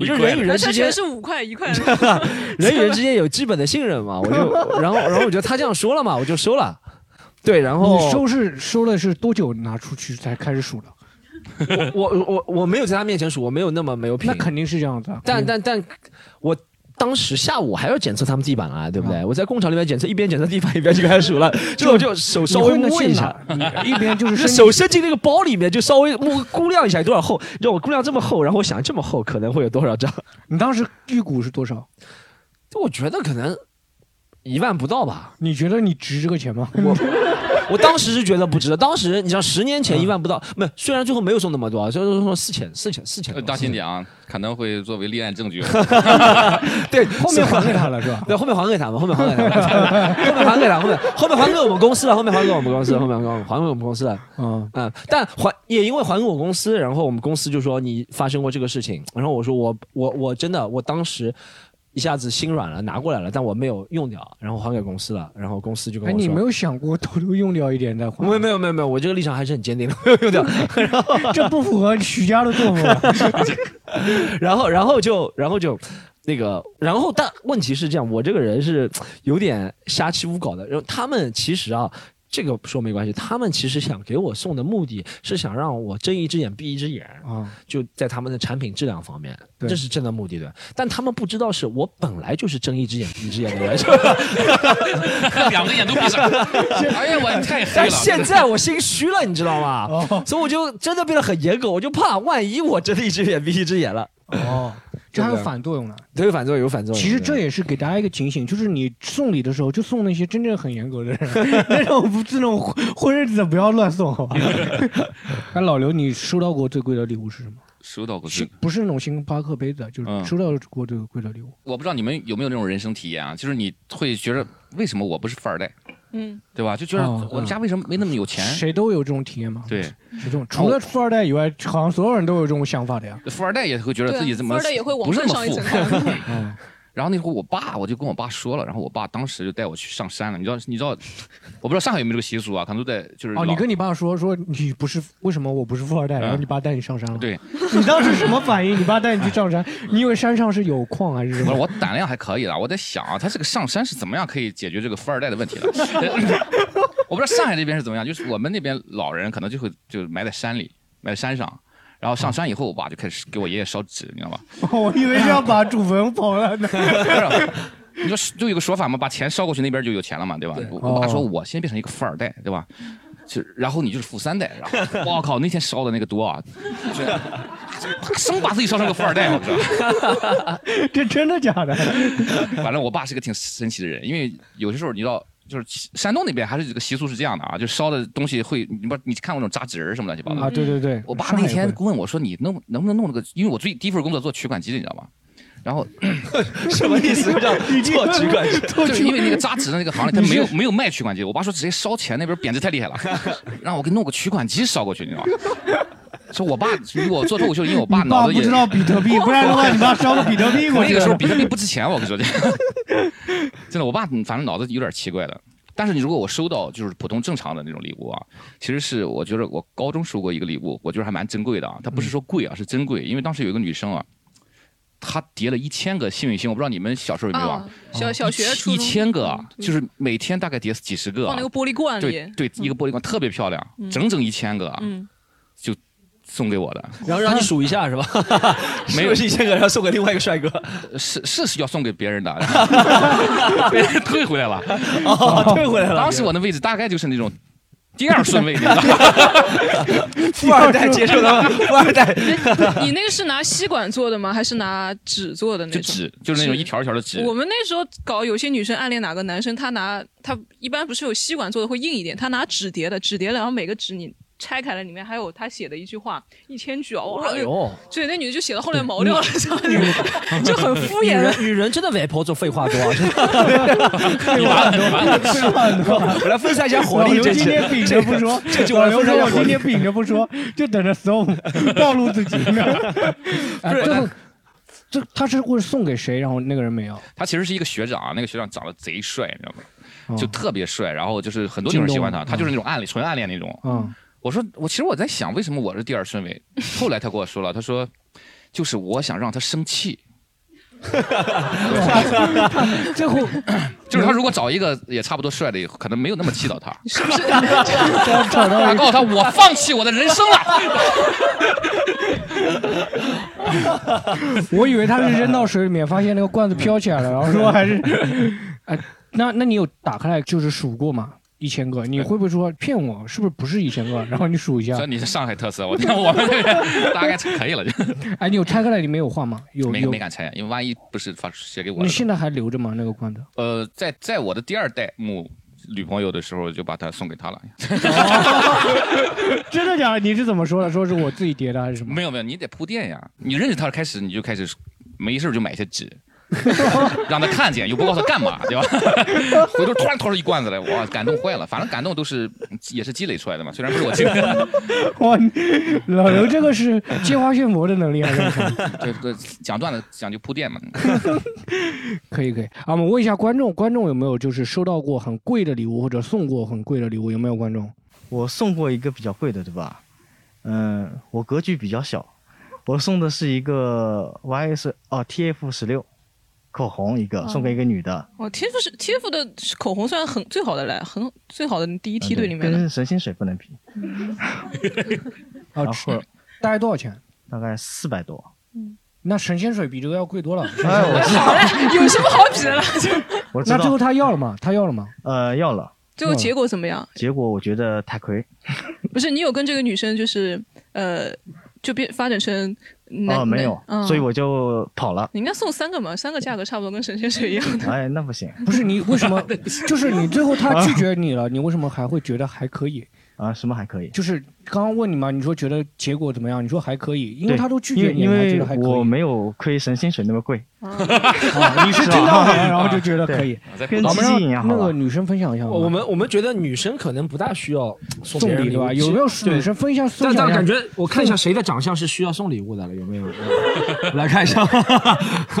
A: 我觉得人与人
C: 而
A: 之
C: 且
A: 间
C: 全是五块一块
D: *laughs*
C: 的，
A: *laughs* 人与人之间有基本的信任嘛，我就然后然后我觉得他这样说了嘛，我就收了。对，然后
D: 你收是收了是多久拿出去才开始数的？
A: *laughs* 我我我我没有在他面前数，我没有那么没有品
D: 那。肯定是这样子啊。
A: 但
D: 肯定
A: 但但，我当时下午还要检测他们地板啊，对不对？我在工厂里面检测，一边检测地板一边就开始数
D: *laughs*
A: 了，这我就手稍微
D: 你会
A: 摸一
D: 现
A: 下
D: 场，，你 *laughs* 一边就是
A: 就
D: 伸
A: 手伸进那个包里面，就稍微摸估量一下有多少厚。你知道我估量这么厚，然后我想这么厚可能会有多少张？
D: 你当时预估是多少？
A: 我觉得可能一万不到吧。
D: 你觉得你值这个钱吗？
A: 我当时是觉得不值得，当时你像十年前
D: 嗯
A: 一万不到，没、虽然最后没有送那么多，最后送了四千四千四千
B: 呃
A: 多，
B: 当心点啊，可能会作为立案
D: *laughs*
B: 证据。
A: 对，
D: 后面还给
A: 是吧。
D: 他了是吧？
A: 对，后面还给他们，后面还给他们，后面还给他们，后面后面还给我们公司了，后面还给我们
D: *laughs*
A: 公司，后面还给我们还给我们公司了。
D: 嗯，
A: 嗯，但还也因为还给我公司，然后我们公司就说你发生过这个事情，然后我说我我我真的我当时一下子心软了，拿过来了，但我没有用掉，然后还给公司了，然后公司就跟
D: 哎，
A: 我
D: 你
A: 说，
D: 没有想过偷偷用掉一点再还？
A: 没有没有没有没有，我这个立场还是很坚定的，没有用掉。 *laughs*
D: 这不符合徐家的作风。
A: *laughs* 然后，然后就，然后就，那个，然后但问题是这样，我这个人是有点瞎七胡搞的。然后他们其实啊，这个说没关系，他们其实想给我送的目的是想让我睁一只眼闭一只眼，
D: 啊，
A: 就在他们的产品质量方面，
D: 对
A: 这是真的目的对吧。但他们不知道是我本来就是睁一只眼闭一只眼的人， *laughs*
B: 两个眼都闭上。哎呀，我太黑
A: 但
B: 了。
A: 现在我心虚了，你知道吗？
D: 哦
A: 所以我就真的变得很严格，我就怕万一我真的一只眼闭一只眼了。
D: 哦，这还有
A: 对的
D: 反作用呢。
A: 都有反作用，有反作用。
D: 其实
A: 对
D: 这也是给大家一个警醒，就是你送礼的时候就送那些真正很严格的人， *laughs* 那种不是那种混混日子的不要乱送，好吧？ *laughs* 那老刘，你收到过最贵的礼物是什么？
B: 收到过这
D: 星
B: 个。
D: 不是那种星巴克杯子，就
B: 嗯
D: 是收到过最贵的礼物。
B: 我不知道你们有没有那种人生体验啊，就是你会觉得为什么我不是富二代，
C: 嗯，
B: 对吧？就觉得
D: 哦
B: 我们家为什么没那么有钱？
D: 谁都有这种体验吗？
B: 对
D: 是，这种除了富二代以外，好像所有人都有这种想法的呀。
B: 富二代也会觉得
C: 对，
B: 自己怎么
C: 富二代也会
B: 不
C: 往
B: 是
C: 更
B: 那么
C: 上一
B: 富
C: 层。看。
B: *laughs*
D: 嗯，
B: 然后那会儿我爸，我就跟我爸说了，然后我爸当时就带我去上山了。你知道，你知道，我不知道上海有没有这个习俗啊？可能都在就是
D: 哦，
B: 老
D: 你跟你爸说说你不是为什么我不是富二代，然后你爸带你上山了。
B: 对，
D: 你当时什么反应？你爸带你去上山，你以为山上是有矿还是什
B: 不
D: 么
B: 是？我胆量还可以了，我在想啊，他这个上山是怎么样可以解决这个富二代的问题的？我不知道上海这边是怎么样，就是我们那边老人可能就会就埋在山里，埋在山上，然后上山以后，我爸就开始给我爷爷烧纸，你知道吧？
D: 我以为是要把祖坟刨了呢。
B: 不是你说是就有个说法嘛，把钱烧过去那边就有钱了嘛，对吧？
A: 对
B: 我我爸
D: 哦
B: 说我先变成一个富二代，对吧？就然后你就是富三代，然后我靠，那天烧的那个多啊，就是生把自己烧成个富二代，我知道。
D: 这真的假的？
B: *laughs* 反正我爸是个挺神奇的人，因为有些时候你知道，就是山东那边还是这个习俗是这样的啊，就烧的东西会，你不你看过那种扎纸人什么乱七八糟的。
D: 啊，对对对，
B: 我爸
D: 上海
B: 那
D: 也
B: 天
D: 会
B: 问我说：“你能能不能弄那个？因为我最第一份工作做取款机的，你知道吧？然后
A: 的 *laughs* 什么意思？让做取款机，
B: 就是
A: *laughs*
B: 因为那个扎纸的那个行里，他没有没有卖取款机。我爸说直接烧钱，那边贬值太厉
A: *laughs*
B: 害了，让我给弄个取款机烧过去，你知道吗？说我爸我做脱口秀，因为我爸
D: 你爸
B: 脑子
D: 不
B: 也
D: 知道比
C: *laughs*
D: 特币，不然的话你爸烧个比特币过
B: 那
D: 去
B: 个时候
D: 了。
B: 比特币不值钱，我跟你
D: *laughs*
B: 说这，真的，我爸反正脑子有点奇怪的。但是你如果我收到就是普通正常的那种礼物啊，其实是我觉得我高中收过一个礼物，我觉得还蛮珍贵的啊。它
D: 嗯
B: 不是说贵啊，是珍贵，因为当时有一个女生啊，她叠了一千个幸运星，我不知道你们小时候有没有啊
C: 啊？，小小学、初
B: 一
C: 中
B: 千个啊
C: 嗯，对
B: 就是每天大概叠几十个啊
C: 放那，个玻璃罐
B: 对
C: 里，
B: 对，一个玻璃罐特别漂亮，整整一千个啊，
C: 嗯，
B: 送给我的，
A: 然后让你数一下是吧？
B: *laughs* 没
A: 是
B: 有呃
A: 不是一千个，然后送给另外一个帅哥。
B: 是是是要送给别人
A: *laughs*
B: 的，然后被人退回来了。
A: 哦，退回来了。
B: 当时我的位置大概就是那种第二顺位，你知道吧？
A: *laughs* 富二代接受
B: *laughs*
A: 了，富二代
C: 哎你那个是拿吸管做的吗？还是拿纸做的那
B: 就
C: 种？
B: 纸，就是那种一条一条的纸。
C: 我们那时候搞，有些女生暗恋哪个男生，她拿她一般不是有吸管做的会硬一点，她拿纸叠的，纸叠的，然后每个纸你拆开了，里面还有她写的一句话，一千句哦，哇，那
A: 哎呦，
C: 对，那女的就写到后来毛掉了，就很敷
A: 女
C: 衍。
A: 人女人真的外婆做废话多啊。
B: 你完了，你完了。
A: 我来分散一下火
D: 老
A: 力，
D: 刘
A: 这
D: 今
A: 期
D: 天秉着不说，
A: 这就
D: 老
A: 我
D: 刘
A: 分
D: 说
A: 散一下
D: 我
A: 火
D: 今
A: 力
D: 天。秉着不说，就等着 storm 暴露自己呢。哎
A: 不是
D: 这个这他是会送给谁？然后那个人没有，
B: 他其实是一个学长啊，那个学长长得贼帅，你知道吗？
D: 哦
B: 就特别帅，然后就是很多女生喜欢他，
D: 京东
B: 他就是那种暗恋，纯暗恋那种。
D: 嗯，
B: 我说，我其实我在想，为什么我是第二顺位？后来他跟我说了，他说，就是我想让他生气，
D: 最后
B: 就是他如果找一个也差不多帅的，可能没有那么气到他。
C: 是不是？
D: 找到
B: 他告诉他，我放弃我的人生了。
D: 嗯我以为他是扔到水里面，发现那个罐子飘起来了，然后说还是，哎，那那你有打开来就是数过吗？一千个，你会不会说骗我？是不是不是一千个？然后你数一下
B: 所以，你是上海特色，我看我们这个大概可以了，就
D: 哎，你有拆开来里面有画吗？有
B: 没
D: 有
B: 没，敢拆，因为万一不是发写给我
D: 你
B: 的。
D: 现在还留着吗？那个罐子？
B: 呃，在在我的第二代目女朋友的时候，就把它送给她了。
D: *laughs* 真的假的？你是怎么说的？说是我自己叠的还是什 *laughs* 么？
B: 没有没有，你得铺垫呀。你认识她开始，你就开始没事儿就买一些纸， *laughs* 让她看见，又不告诉她干嘛，对吧？ *laughs* 回头突然掏出一罐子来，哇，感动坏了。反正感动都是也是积累出来的嘛，虽然不是我积累的。
D: 哇，你老刘这个是借花献佛的能力还啊 *laughs* 是什么？
B: 对对，讲段子讲究铺垫嘛。
D: 可以可以啊，我们问一下观众，观众有没有就是收到过很贵的礼物或者送过很贵的礼物？有没有观众？
E: 我送过一个比较贵的，对吧？嗯，我格局比较小，我送的是一个 YS 哦 TF 十六口红一个，送给一个女的，
C: 哦，TF 是 TF 的口红，算很最好的了，很最好的第一梯队里面的。
E: 跟神仙水不能比，
D: 啊
E: 然，后
D: 大概多少钱？
E: 大概四百多。
D: 那神仙水比这个要贵
E: *laughs*
D: 多了。
E: 哎，我知
C: 好嘞，有什么好比的了？就
E: 我知
D: 那最后
E: 道，
D: 他要了吗？他要了吗？
E: 呃，要了，
C: *laughs* 最后结果怎么样？
E: 结果我觉得太亏，
C: 不是你有跟这个女生就是呃就变发展成男
E: 啊，没有
C: 男，嗯、
E: 所以我就跑了。
C: 你应该送三个嘛，三个价格差不多，跟神仙水一样
E: *laughs*
C: 的。
E: 哎，那不行
D: 不是你
E: *laughs*
D: 为什么？就是你最后他拒绝你了，你为什么还会觉得还可以？
E: 啊，什么还可以？
D: 就是刚刚问你嘛，你说觉得结果怎么样？你说还可以，因为
E: 对
D: 他都拒绝
E: 因
D: 你，你还
E: 为
D: 觉
E: 因
D: 得还
E: 为
D: 可以。
E: 我没有亏神仙水那么贵。 *laughs*
D: 啊 *laughs* 你是听到了，然后就觉得可以。
B: 啊在
E: 跟
B: 普
D: 我
B: 通
D: 们
E: 基因一样
D: 让
E: 好
D: 那
E: 吧
D: 个女生分享一下吧，
A: 我我们我们觉得女生可能不大需要送
D: 送
A: 别人
D: 礼对吧？
A: 物
D: 有没有
A: 对
D: 女生分享送
A: 但
D: 享
A: 但
D: 一下
A: 感觉我看一下谁的长相是需要送礼物的了，有没有？我来看一下，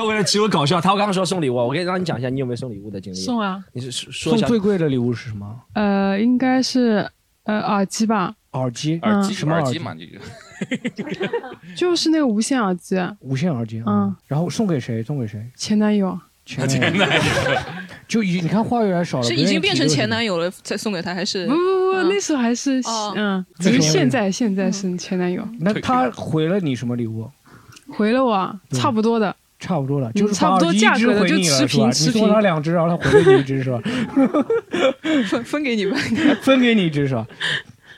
A: 为了只有搞笑，他刚刚说送礼物，我可以让你讲一下你有没有送礼物的经历。
F: 送啊，
A: 你是说说
D: 送
A: 一下
D: 最贵的礼物是什么？
F: 呃，应该是呃耳机吧，嗯
D: 耳机，
B: 耳机
D: 什么
B: 耳
D: 耳
B: 机
D: 机
B: 嘛，你
F: 就是那个无线耳机，
D: 无线耳机。
F: 嗯
D: 嗯，然后送给谁？送给 *laughs* 谁？
F: 前男友。
D: 前男友。 *laughs* 就已你看话越来越少了，
C: 是
D: 不愿
C: 已
D: 意
C: 经变成
D: 提这个
C: 前
D: 问
C: 男友了才送给他，还是
F: 不不不，
C: 嗯
F: 那时候还是
C: 哦
F: 嗯，
D: 那时
F: 只
D: 候
F: 是
D: 还没
F: 现在现
C: 嗯
F: 在是前男友
D: 题。那他回了你什么礼物？
F: 回了我啊
D: 嗯
F: 差不多的，
D: 差不多了，
F: 嗯
D: 就是
F: 差不多
D: 把耳机
F: 价格的
D: 一只回
F: 就
D: 你
F: 持
D: 了是吧
F: 平
D: 你
F: 持
D: 送
F: 平
D: 他两只，然后他回了你一只是
F: *laughs*
D: 吧？
C: *laughs* 分分给你吧？
D: 分给你一只是吧？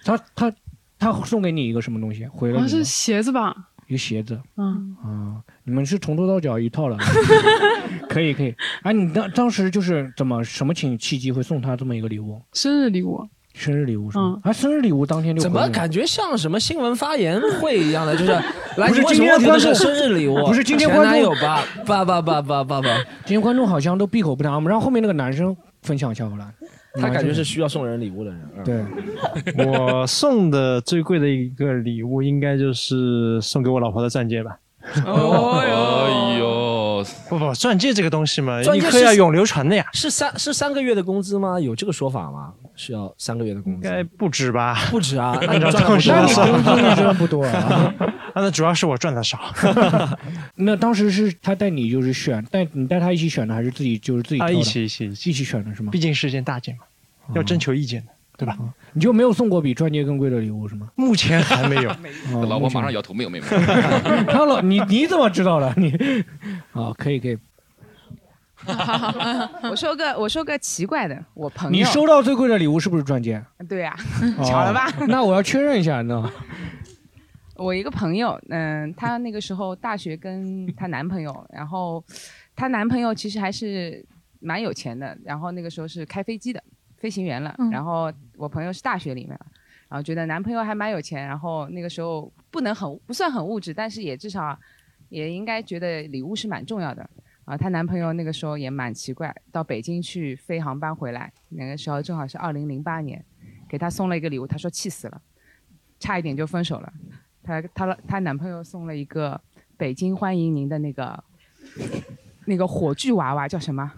D: 他他他送给你一个什么东西？回
F: 好像啊
D: 了你吗
F: 是鞋子吧，
D: 一个鞋子
F: 嗯，
D: 啊！你们是从头到脚一
F: *laughs*
D: 套了，可以可以。哎，你当当时就是怎么什么情契机会送他这么一个礼物？
F: 生日礼物，
D: 生日礼物是吗
F: 嗯？
D: 啊，生日礼物当天就
A: 怎
D: 回
A: 么
D: 你了
A: 感觉像什么新闻发言会一样的？就是来，
D: 不是
A: 你为
D: 今
A: 什
D: 天
A: 么觉得
D: 观
A: 是
D: 众
A: 生日礼物？
D: 不是今天
A: 前
D: 观
A: 男友
D: 众
A: 吧？吧吧吧吧吧吧，
D: 今天观众好像都闭口不谈，我们让后面那个男生分享一下好了。
A: 他感觉是需要送人礼物的人。嗯
G: *laughs*
D: 对，
G: 我送的最贵的一个礼物，应该就是送给我老婆的钻戒吧。
B: 哎呦，
G: 不不，钻戒这个东西嘛，
A: 钻
G: 一
A: 戒是
G: 颗哎要永流传的呀，
A: 是三是三个月的工资吗？有这个说法吗？是要三个月的工
G: 应
A: 资？
G: 该不止吧？
A: *laughs* 不
G: *laughs*
D: *laughs*
A: 止啊，那
G: 按
A: 你
G: 照
A: 赚了
G: 当时
A: 多
D: 那
A: 少
D: 你
A: 啊
D: 工资那真的不多啊。 *laughs*
G: 啊，那主要是我赚的少
D: 那当时是他带你就是选带你带他一起选的，还是自己就是自己挑
G: 啊，
D: 的？
G: 一起一起一起，
D: 一起选的是吗？嗯
G: 毕竟是一件大件嘛，要征求意见的，对吧？
D: 你就没有送过比钻戒更贵的礼物是吗？
G: 目前还没有，
D: *laughs*
G: *laughs*
D: 哦
B: 老婆马上摇头，没有没有，没有
D: 他老你你怎么知道的？ *laughs* 你啊，可以可以，
H: *laughs* 我说个我说个奇怪的，我朋友
D: 你收到最贵的礼物是不是钻戒？
H: 对啊，
D: 哦
H: 巧了吧？
D: 那我要确认一下，你知道吗？
H: 我一个朋友，嗯，她那个时候大学跟她男朋友，然后她男朋友其实还是蛮有钱的，然后那个时候是开飞机的飞行员了，
C: 嗯
H: 然后我朋友是大学里面了，然后觉得男朋友还蛮有钱，然后那个时候不能很不算很物质，但是也至少也应该觉得礼物是蛮重要的。啊，她男朋友那个时候也蛮奇怪，到北京去飞航班回来，那个时候正好是二零零八年，给她送了一个礼物，她说气死了，差一点就分手了。她她她男朋友送了一个北京欢迎您的那个 *laughs* 那个火炬娃娃，叫什么？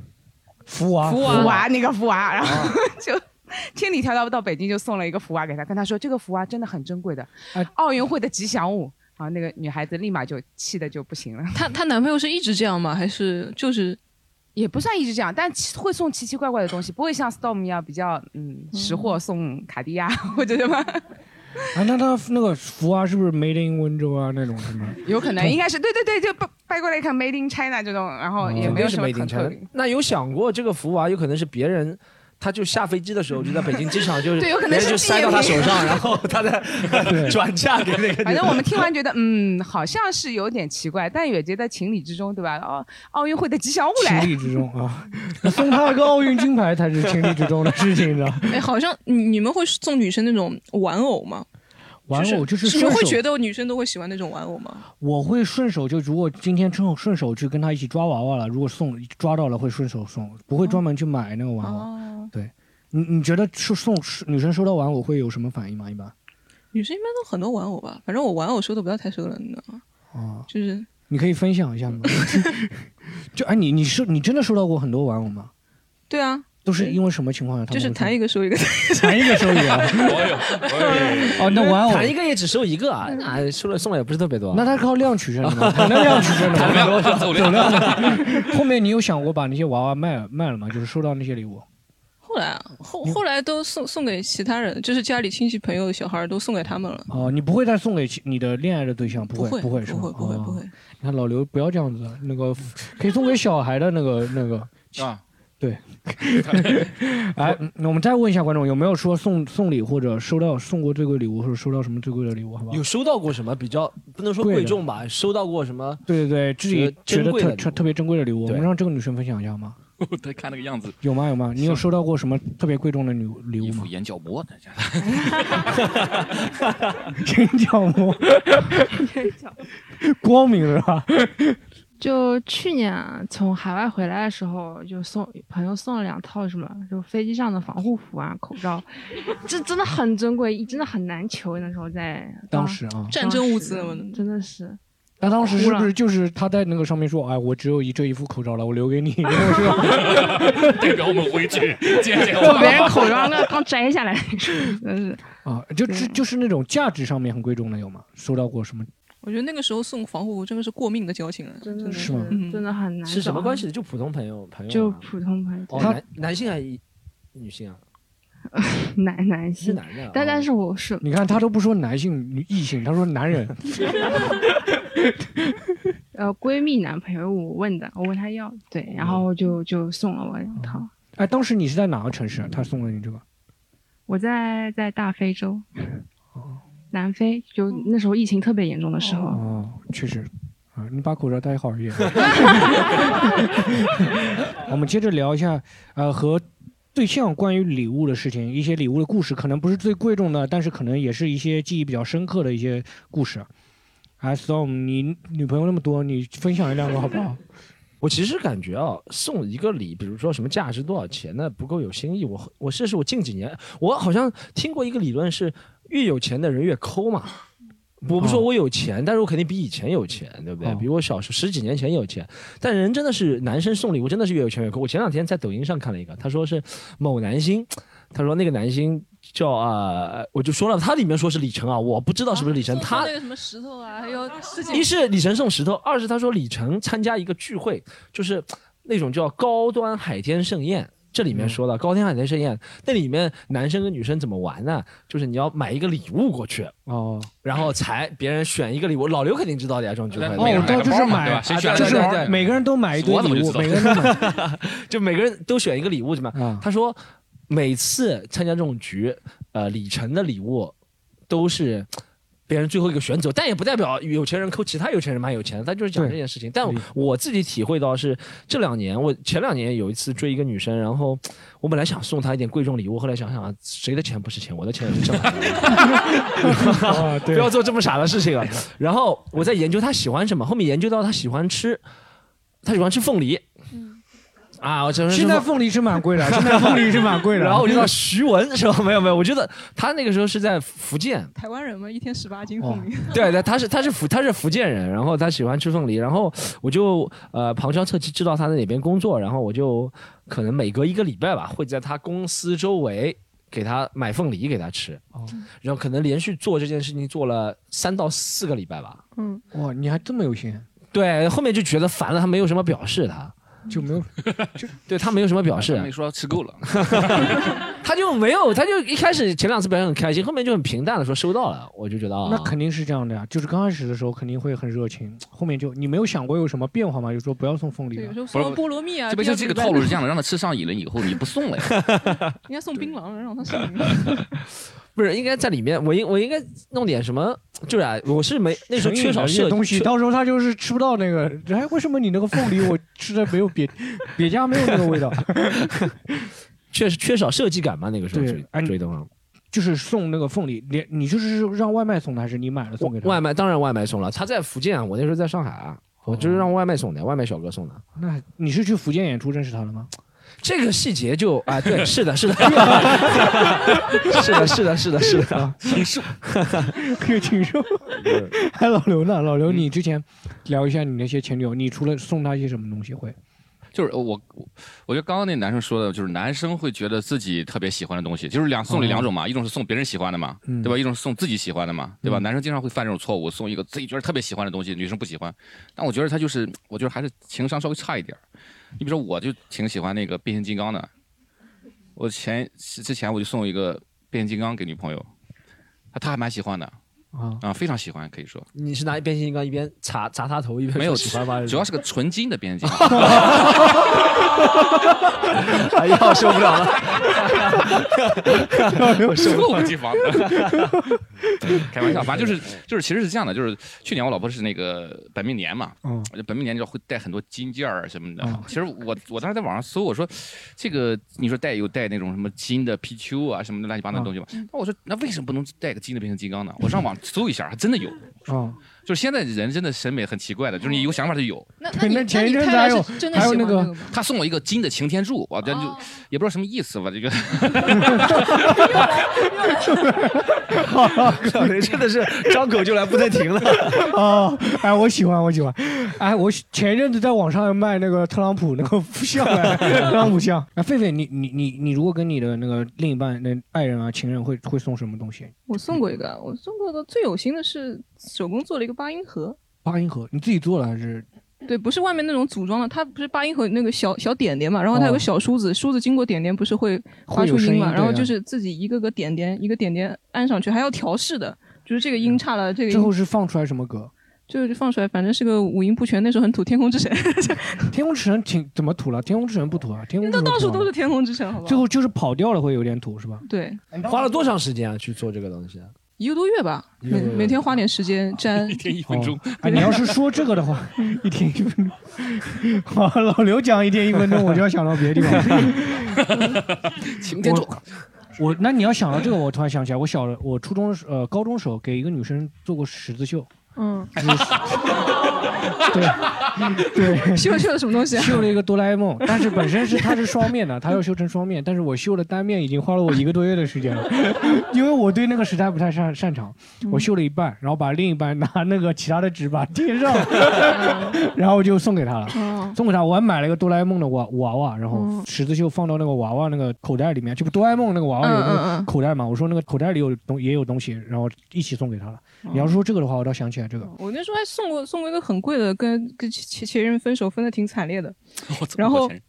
D: 福娃，啊
C: 福
H: 福
C: 娃
H: 娃那个福娃，然后就千里迢迢到北京就送了一个福娃给他，跟他说这个福娃真的很珍贵的
D: 哎，
H: 奥运会的吉祥物。然后那个女孩子立马就气的就不行了，
C: 她她男朋友是一直这样吗？还是就是
H: 也不算一直这样，但其会送奇奇怪怪的东西，不会像 Storm 一样比较嗯识货送卡地亚 *laughs* 或者什么，
D: 啊，那他那个福娃是不是 Made in 温州啊那种什么？
H: 有可能
D: 同
H: 应该是对对对，就掰掰过来一看 Made in China 这种，然
D: *laughs*
A: *laughs*
H: 后
D: 哦
H: 也
A: 肯
H: 没有
A: 嗯定是
H: 什么
A: 没顶
H: 很特
A: 成
H: 别，。
A: 那有想过这个福娃有可能是别人？他就下飞机的时候就在北京机
H: *laughs*
A: 场，就是
H: 对有可能
A: 别人
H: 是
A: 就塞到他
H: 借
A: 手
H: 名
A: 上，然后他再 *laughs* 转
H: *laughs*
A: 嫁给那个
H: 反正我们听完觉得，嗯，好像是有点奇怪，但也觉得情理之中，对吧？哦，奥运会的吉祥物来
D: 情，理之中啊， *laughs* 送他一个奥运金牌才是情理之中的事情，你知道
C: *laughs*
D: 吗？
C: 哎，好像你你们会送女生那种玩偶吗？
D: 玩偶就是
C: 你
D: 顺
C: 们会
D: 手
C: 觉得女生都会喜欢那种玩偶吗？
D: 我会顺手就，如果今天正好顺手去跟他一起抓娃娃了，如果送抓到了会顺手送，不会专门去买那个玩偶。
C: 哦，
D: 你你觉得是送是女生收到玩偶会有什么反应吗？一般？
C: 女生一般都很多玩偶吧，反正我玩偶收的不要太收了，你知道吗？
D: 哦，
C: 就是
D: 你可以分享一下吗？ *laughs* 就哎，你你收你真的收到过很多玩偶吗？
C: 对啊，
D: 都是因为什么情况下他
C: 就
D: 们会
C: 是
D: 送？
C: 谈一个收一个。 *laughs*
D: 谈一个啊收一个。
B: 哎呦，哎呦
D: 哦，那玩偶
A: 谈一个也只收一个
H: 嗯
A: 啊，那收了送了也不是特别多啊。
D: 那他靠量取胜的
A: *laughs*
D: 吗？谈的量取胜
B: 走
D: 的吗？
B: *laughs* 量走量，
D: *laughs* 后面你有想过把那些娃娃卖了卖了吗？就是收到那些礼物，
C: 后来啊，后后来都送送给其他人，就是家里亲戚朋友的小孩儿都送给他们 *laughs* 了。
D: 哦，你不会再送给其你的恋爱的对象，不
C: 不
D: 会
C: 会，
D: 会是
C: 不
D: 吧
C: 会，不会，
D: 哦
C: 不会。
D: 啊
B: *laughs*
D: 你看老刘不要这样子，那个可以送给小孩的那个那个
B: 啊，
D: *laughs*
B: *laughs*
D: 对，哎，嗯我们再问一下观众，有没有说送送礼或者收到送过最贵礼物，或者收到什么最贵的礼物？好不好
A: 有？收到过什么比较不能说
D: 嗯贵的
A: 贵重吧？收到过什么？
D: 对对对，自己觉
A: 觉
D: 得
A: 得珍贵的
D: 特
A: 礼物
D: 特特别珍贵的礼物，我
A: 对
D: 们让这个女生分享一下吗？
B: 他看那个样子，
D: 有吗？有吗？你有收到过什么特别贵重的礼物礼
B: 一
D: 物
B: 副
D: 吗？
B: 眼角膜，大家
D: *laughs* 眼角膜，光明是
C: 啊
D: 吧？
I: 就去年啊从海外回来的时候，就送朋友送了两套什么，就飞机上的防护服啊、口
C: *laughs*
I: 罩，这真的很珍贵，真的很难求。那时候在
D: 当时啊，
C: 战争物资嘛，
I: 真的
C: *laughs*
I: 是，
D: 那当时
I: 哭
D: 是
I: 了
D: 不是就是他在那个上面说，哎，我只有一这一副口罩了，我留
C: *laughs*
D: 给你，因为我是要
B: 代表我们回去见见
I: 我别人口罩刚刚摘下来，真是。
D: 啊，就就
I: 对
D: 就是那种价值上面很贵重的有吗？收到过什么？
C: 我觉得那个时候送防护服真的是过命的交情了，啊
I: 真
C: 真的
I: 的
D: 是
I: 是
D: 吗
C: 嗯
I: 真的很难找。啊
A: 是什么关系？就普通朋友朋友
I: 就
A: 吗
I: 普通朋友，
A: 哦，
D: 他
A: 男男性还是女性啊？
I: 男男
A: 是
I: 性。
A: 男的啊。
I: 但但
D: 嗯
A: 哦
I: 是我是
D: 你看他都不说男性、女异性，他说男人。
I: 呃闺蜜男朋友，我问的，我问他要，对，然后
D: 嗯
I: 就就送了我两套。
D: 哎，当时你是在哪个城市啊？他送了你这个？
I: 我在在大非洲，南非，就
C: 哦
I: 那时候疫情特别严重的时候，
D: 哦，确实，啊，你把口罩戴好一点。 *laughs* 我们接着聊一下，呃，和对象关于礼物的事情，一些礼物的故事，可能不是最贵重的，但是可能也是一些记忆比较深刻的一些故事。哎，Storm，你女朋友那么多，你分享一两个好不好？
A: *laughs* 我其实感觉啊，送一个礼，比如说什么价值多少钱的，不够有心意。我我这是我近几年，我好像听过一个理论是，越有钱的人越抠嘛。我不说
D: 哦
A: 我有钱，但是我肯定比以前有钱，对不对？
D: 哦
A: 比我小时十几年前有钱。但人真的是男生送礼物真的是越有钱越抠。我前两天在抖音上看了一个，他说是某男星，他说那个男星叫啊、呃我就说了，他里面说是李晨啊，我不知道是不是李晨，
D: 哦
C: 送
A: 他
C: 那个什么石头啊，还有自己
A: 一是李晨送石头，二是他说李晨参加一个聚会，就是那种叫高端海天盛宴。这里面
B: 嗯
A: 说了高端海天盛宴，那里面男生跟女生怎么玩呢？就是你要买一个礼物过去，
D: 哦，
A: 然后才别人选一个礼物。老刘肯定知道的呀，这种聚会。
D: 每个人
A: 对吧
D: 哦就是买
B: 对吧？谁选了
D: 就
A: 对
D: 是
A: 对对
D: 每个人都买一堆
B: 我怎么
D: 礼
B: 就
D: 物，
B: 知道
D: 每个人都
A: *laughs*
D: 买
A: 就每个人都选一个礼物，怎么样？
D: 啊。
A: 他说每次参加这种局，呃，李晨的礼物都是。别人最后一个选走，但也不代表有钱人抠其他有钱人蛮有钱的，他就是讲
D: 对
A: 这件事情。但我
D: 理
A: 我自己体会到是这两年，我前两年有一次追一个女生，然后我本来想送她一点贵重礼物，后来想想啊谁的钱不是钱，我的钱也是挣来 *laughs* 的。
D: *laughs* 啊，
A: 不
D: 对
A: 要做这么傻的事情啊！然后我在研究他喜欢什么，后面研究到他喜欢吃，他喜欢吃凤梨。啊，我想说
D: 现在凤梨是蛮贵的，现在凤梨是蛮贵的。
A: *laughs* 然后我就到徐闻是吧？没有没有，我觉得他那个时候是在福建，
C: 台湾人嘛，一天十八斤凤梨，
A: 哦对对，
C: *laughs*
A: 他是他是福他是福建人，然后他喜欢吃凤梨，然后我就呃旁敲侧击知道他在哪边工作，然后我就可能每隔一个礼拜吧，会在他公司周围给他买凤梨给他吃，
D: 哦
A: 然后可能连续做这件事情做了三到四个礼拜吧。
D: 哇，嗯你还这么有心，
A: 对，后面就觉得烦了，他没有什么表示他，
D: 就没有
A: 对他没有什么
D: *laughs*
A: 表示，
B: 没说吃够了，
A: *laughs* 他就没有，他就一开始前两次表现很开心，后面就很平淡的说收到了，我就觉得啊，
D: 那肯定是这样的呀，就是刚开始的时候肯定会很热情，后面就你没有想过有什么变化吗？就说不要送凤梨
C: 对，有
D: 了
C: 时候送
B: 不是
C: 菠萝蜜啊，
B: 这
C: 第
B: 边就
C: 二
B: 这个
C: 礼拜
B: 套路是这样的，让他吃上瘾了以后，你不送了呀，
C: *laughs* 应该送槟榔了，让他上瘾。
A: 不是应该在里面，我应我应该弄点什么，就是啊，我是没那时候
D: 成瘾
A: 缺少
D: 了这些
A: 社
D: 东西，
A: 缺
D: 到时候他就是吃不到那个。哎，为什么你那个凤梨我吃的没有别别家没有那个味道？ *laughs*
A: 确实缺少设计感嘛，那个时候
D: 对
A: 追
D: 哎你
A: 追东方
D: 就是送那个凤梨，连你就是让外卖送的，还是你买了送给他？
A: 外卖当然外卖送了，他在福建啊，我那时候在上海啊，
D: 哦
A: 我就是让外卖送的，外卖小哥送的。
D: 那你是去福建演出认识他了吗？
A: 这个细节就啊，对，是
D: *laughs*
A: 的，是的，是的，是的，是的，是
D: 啊
A: 的，啊 *laughs*
B: 禽兽。
D: 有禽兽。还老刘呢？老刘，
A: 嗯
D: 你之前聊一下你那些前女友，你除了送她一些什么东西
A: *laughs*
D: 会？
B: 就是呃我，我我觉得刚刚那男生说的，就是男生会觉得自己特别喜欢的东西，就是两送礼两种嘛，一种是送别人喜欢的嘛，
D: 嗯
B: 对吧？一种是送自己喜欢的嘛，对吧？男生经常会犯这种错误，送一个自己觉得特别喜欢的东西，女生不喜欢。但我觉得他就是，我觉得还是情商稍微差一点儿。你比如说，我就挺喜欢那个变形金刚的，我前之前我就送一个变形金刚给女朋友，她她还蛮喜欢的。
D: 啊
B: 啊，非常喜欢，可以说
A: 你是拿一变形金刚一边砸砸他头一边说
B: 没有
A: 喜欢吗？
B: 主要是个纯金的变形金刚。
A: 哎呀，受不了了。
B: *laughs* 我受过我机房的，开玩笑，反正就是就是，其实是这样的，就是去年我老婆是那个本命年嘛，
D: 嗯
B: 本命年就会带很多金件儿啊什么的。其实我我当时在网上搜，我说这个你说带有带那种什么金的皮丘啊什么的乱七八糟的东西嘛，那我说那为什么不能带个金的变形金刚呢？我上网搜一下，还真的有。
D: 啊！
B: 就是现在人真的审美很奇怪的，就是你有想法就有。
C: 那
D: 对那前一阵子还有还有那个
B: 他送我一个金的擎天柱，我这就也不知道什么意思吧，这个。
A: 小雷 *laughs* 真的是张口就来，不带停的。
D: 哦，哎，我喜欢，我喜欢。哎，我喜前一阵子在网上卖那个特朗普那
A: *laughs*
D: 个像，哎特朗普像。哎，狒狒，你你你你如果跟你的那个另一半、那爱人啊、情人会会送什么东西？
C: *laughs* 我送过一个，我送过的最有心的是手工做了一个八音盒，
D: 八音盒，你自己做了还是？
C: 对，不是外面那种组装的，它不是八音盒那个小小点点嘛，然后它有个小梳子，梳子经过点点不是会发
D: 哦会有
C: 出
D: 声
C: 音
D: 音
C: 嘛，
D: 对
C: 然后
D: 啊
C: 就是自己一个个点点一个点点按上去，还要调试的，就是这个音差了，这个
D: 最嗯后
C: 音
D: 是放出来什么歌？
C: 就是放出来，反正是个五音不全，那时候很土，《天空之城》
D: 天空之城挺怎么土了？天空之城不土啊，天空之
C: 那
D: 城
C: 到处
D: 土
C: *laughs*
D: 啊
C: 都是《天空之城》，好不
D: 最
C: 好？
D: 后就是跑掉了，会有点土是吧？
C: 对，
A: 花了多长时间啊去做这个东西？
C: 一个多月吧，
A: 一个
C: 每
A: 多月
C: 每天花点时间粘
B: 一天一
D: 哦
B: 分钟，
D: 哎，你要是说这个的
C: *laughs*
D: 话， *laughs* 一天一分钟。好，老刘讲一天一分钟，我就要想到别的地方。
A: *laughs* 擎天柱，
D: 我那你要想到这个，我突然想起来，我小的我初中的时呃高中时候给一个女生做过十字
A: *laughs*
D: 绣， *laughs*
I: 嗯，
D: 对，
C: 绣绣的什么东西啊？
D: 绣了一个哆啦
C: *laughs*
D: A 梦，但是本身是它是双面的，它要绣成双面，但是我绣了单面已经花了我一个多月的时间
C: *laughs*
D: 了，因为我对那个时代不太擅擅长，
C: 嗯
D: 我绣了一半，然后把另一半拿那个其他的纸把它贴上，
C: 嗯
D: *laughs* 然后就送给她了。
I: 哦
D: 送给他，我还买了一个哆啦 A 梦的娃娃娃，然后
I: 嗯
D: 十字绣放到那个娃娃那个口袋里面，就不哆啦 A 梦那个娃娃有那
C: 嗯嗯
D: 个
C: 嗯
D: 口袋嘛，我说那个口袋里有东也有东西，然后一起送给他了。
C: 哦
D: 你要说这个的话，我倒想起来这个，
C: 我那时候还送过送过一个很贵的，跟跟前前任分手分的挺惨烈的，
B: 我操
C: 然后
B: 我天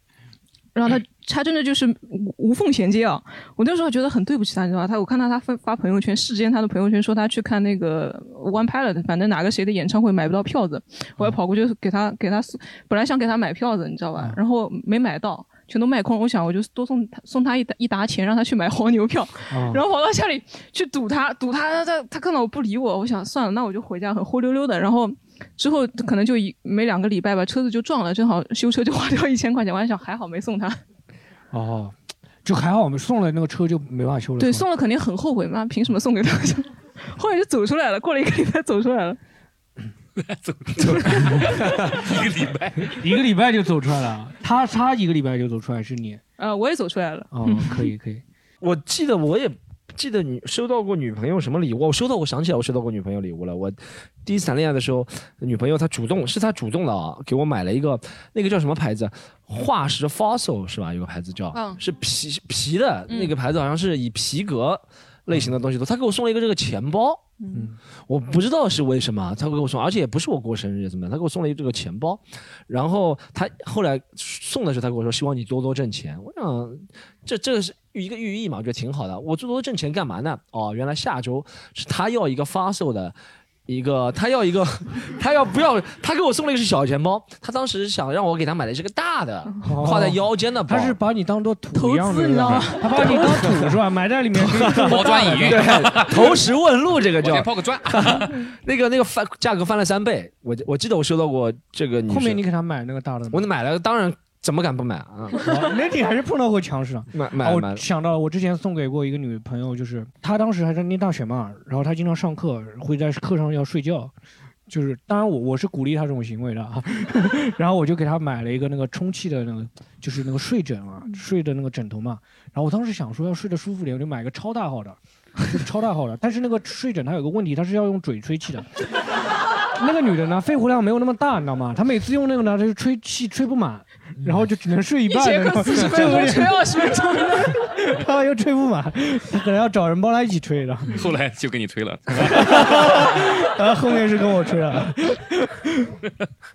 C: 然后他他真的就是无无缝衔接啊！我那时候觉得很对不起他，你知道吧？他我看到他发发朋友圈，事先他的朋友圈说他去看那个 One Pilot，反正哪个谁的演唱会买不到票子，我还跑过去给他给他送，本来想给他买票子，你知道吧？然后没买到，全都卖空。我想我就多送他送他一沓一沓钱，让他去买黄牛票，
D: 啊
C: *laughs* 然后跑到家里去堵他，堵他，他他他看到我不理我，我想算了，那我就回家，很灰溜溜的。然后之后可能就一没两个礼拜吧，车子就撞了，正好修车就花掉一千块钱。我还想还好没送他，
D: 哦，就还好我们送了那个车就没办法修了。
C: 对，
D: 是吧
C: 送了肯定很后悔嘛，凭什么送给他？ *laughs* 后来就走出来了，过了一个礼拜走出来了。
B: 一个礼拜，
D: 一个礼拜就走出来了，他他一个礼拜就走出来是你
C: 呃，我也走出来了。
D: 哦，可以可以，
A: 我记得我也记得你收到过女朋友什么礼物？我收到，我想起来我收到过女朋友礼物了。我第一次谈恋爱的时候，女朋友她主动是她主动的啊，给我买了一个那个叫什么牌子？化石 fossil 是吧？有个牌子叫，
C: 嗯
A: 是皮皮的
C: 嗯
A: 那个牌子，好像是以皮革类型的东西多。她给我送了一个这个钱包。
D: 嗯，
A: 我不知道是为什么，啊她给我送，而且也不是我过生日怎么样，她给我送了一个这个钱包，然后她后来送的时候，她跟我说希望你多多挣钱。我想嗯这这个是一个寓意嘛，我觉得挺好的。我最多挣钱干嘛呢？哦，原来下周是他要一个发售的。一个，他要一个， *laughs* 他要不要？他给我送了一个是小钱包，他当时想让我给他买的是个大的，
D: 哦
A: 挎在腰间的包。
D: 他是把你当做土一样
C: 投资
D: 的，
C: 你知道吗
D: 吧？他把你当土是吧？埋在里面
A: *laughs*
D: 就是这么
B: 抛砖
D: *laughs*
B: 引玉，
A: 对投石问路，这个
B: 我
A: 叫
B: 先抛个砖。
A: *laughs* 那个那个翻价格翻了三倍。我我记得我收到过这个女生，
D: 后面你给他买那个大的吗，
A: 我买了，当然怎么敢不
D: *laughs*
A: 买啊？
D: 哦那你还是碰到过强势啊。
A: 买
D: 啊
A: 买买
D: 我，想到了，我之前送给过一个女朋友，就是她当时还在念大学嘛，然后她经常上课，会在课上要睡觉，就是当然我我是鼓励她这种行为的啊， *laughs* 然后我就给她买了一个那个充气的那个就是那个睡枕啊，
C: 嗯
D: 睡的那个枕头嘛，然后我当时想说要睡得舒服点，我就买个超大号的，就是超大号的，但是那个睡枕它有个问题，它是要用嘴吹气的。那个女的呢，肺活量没有那么大，你知道吗？她每次用那个呢，她就吹气吹不满，然后就只能睡一
C: 嗯一
D: 半。
C: 节
D: 然后
C: 课四十
D: 就
C: 分
D: 有
C: 钟，
D: 点
C: 吹二十分钟，
D: *laughs* 他又吹不满，他可能要找人帮他一起吹的，
B: 后来就给你推了， *laughs*
D: 然后后面是跟我吹了。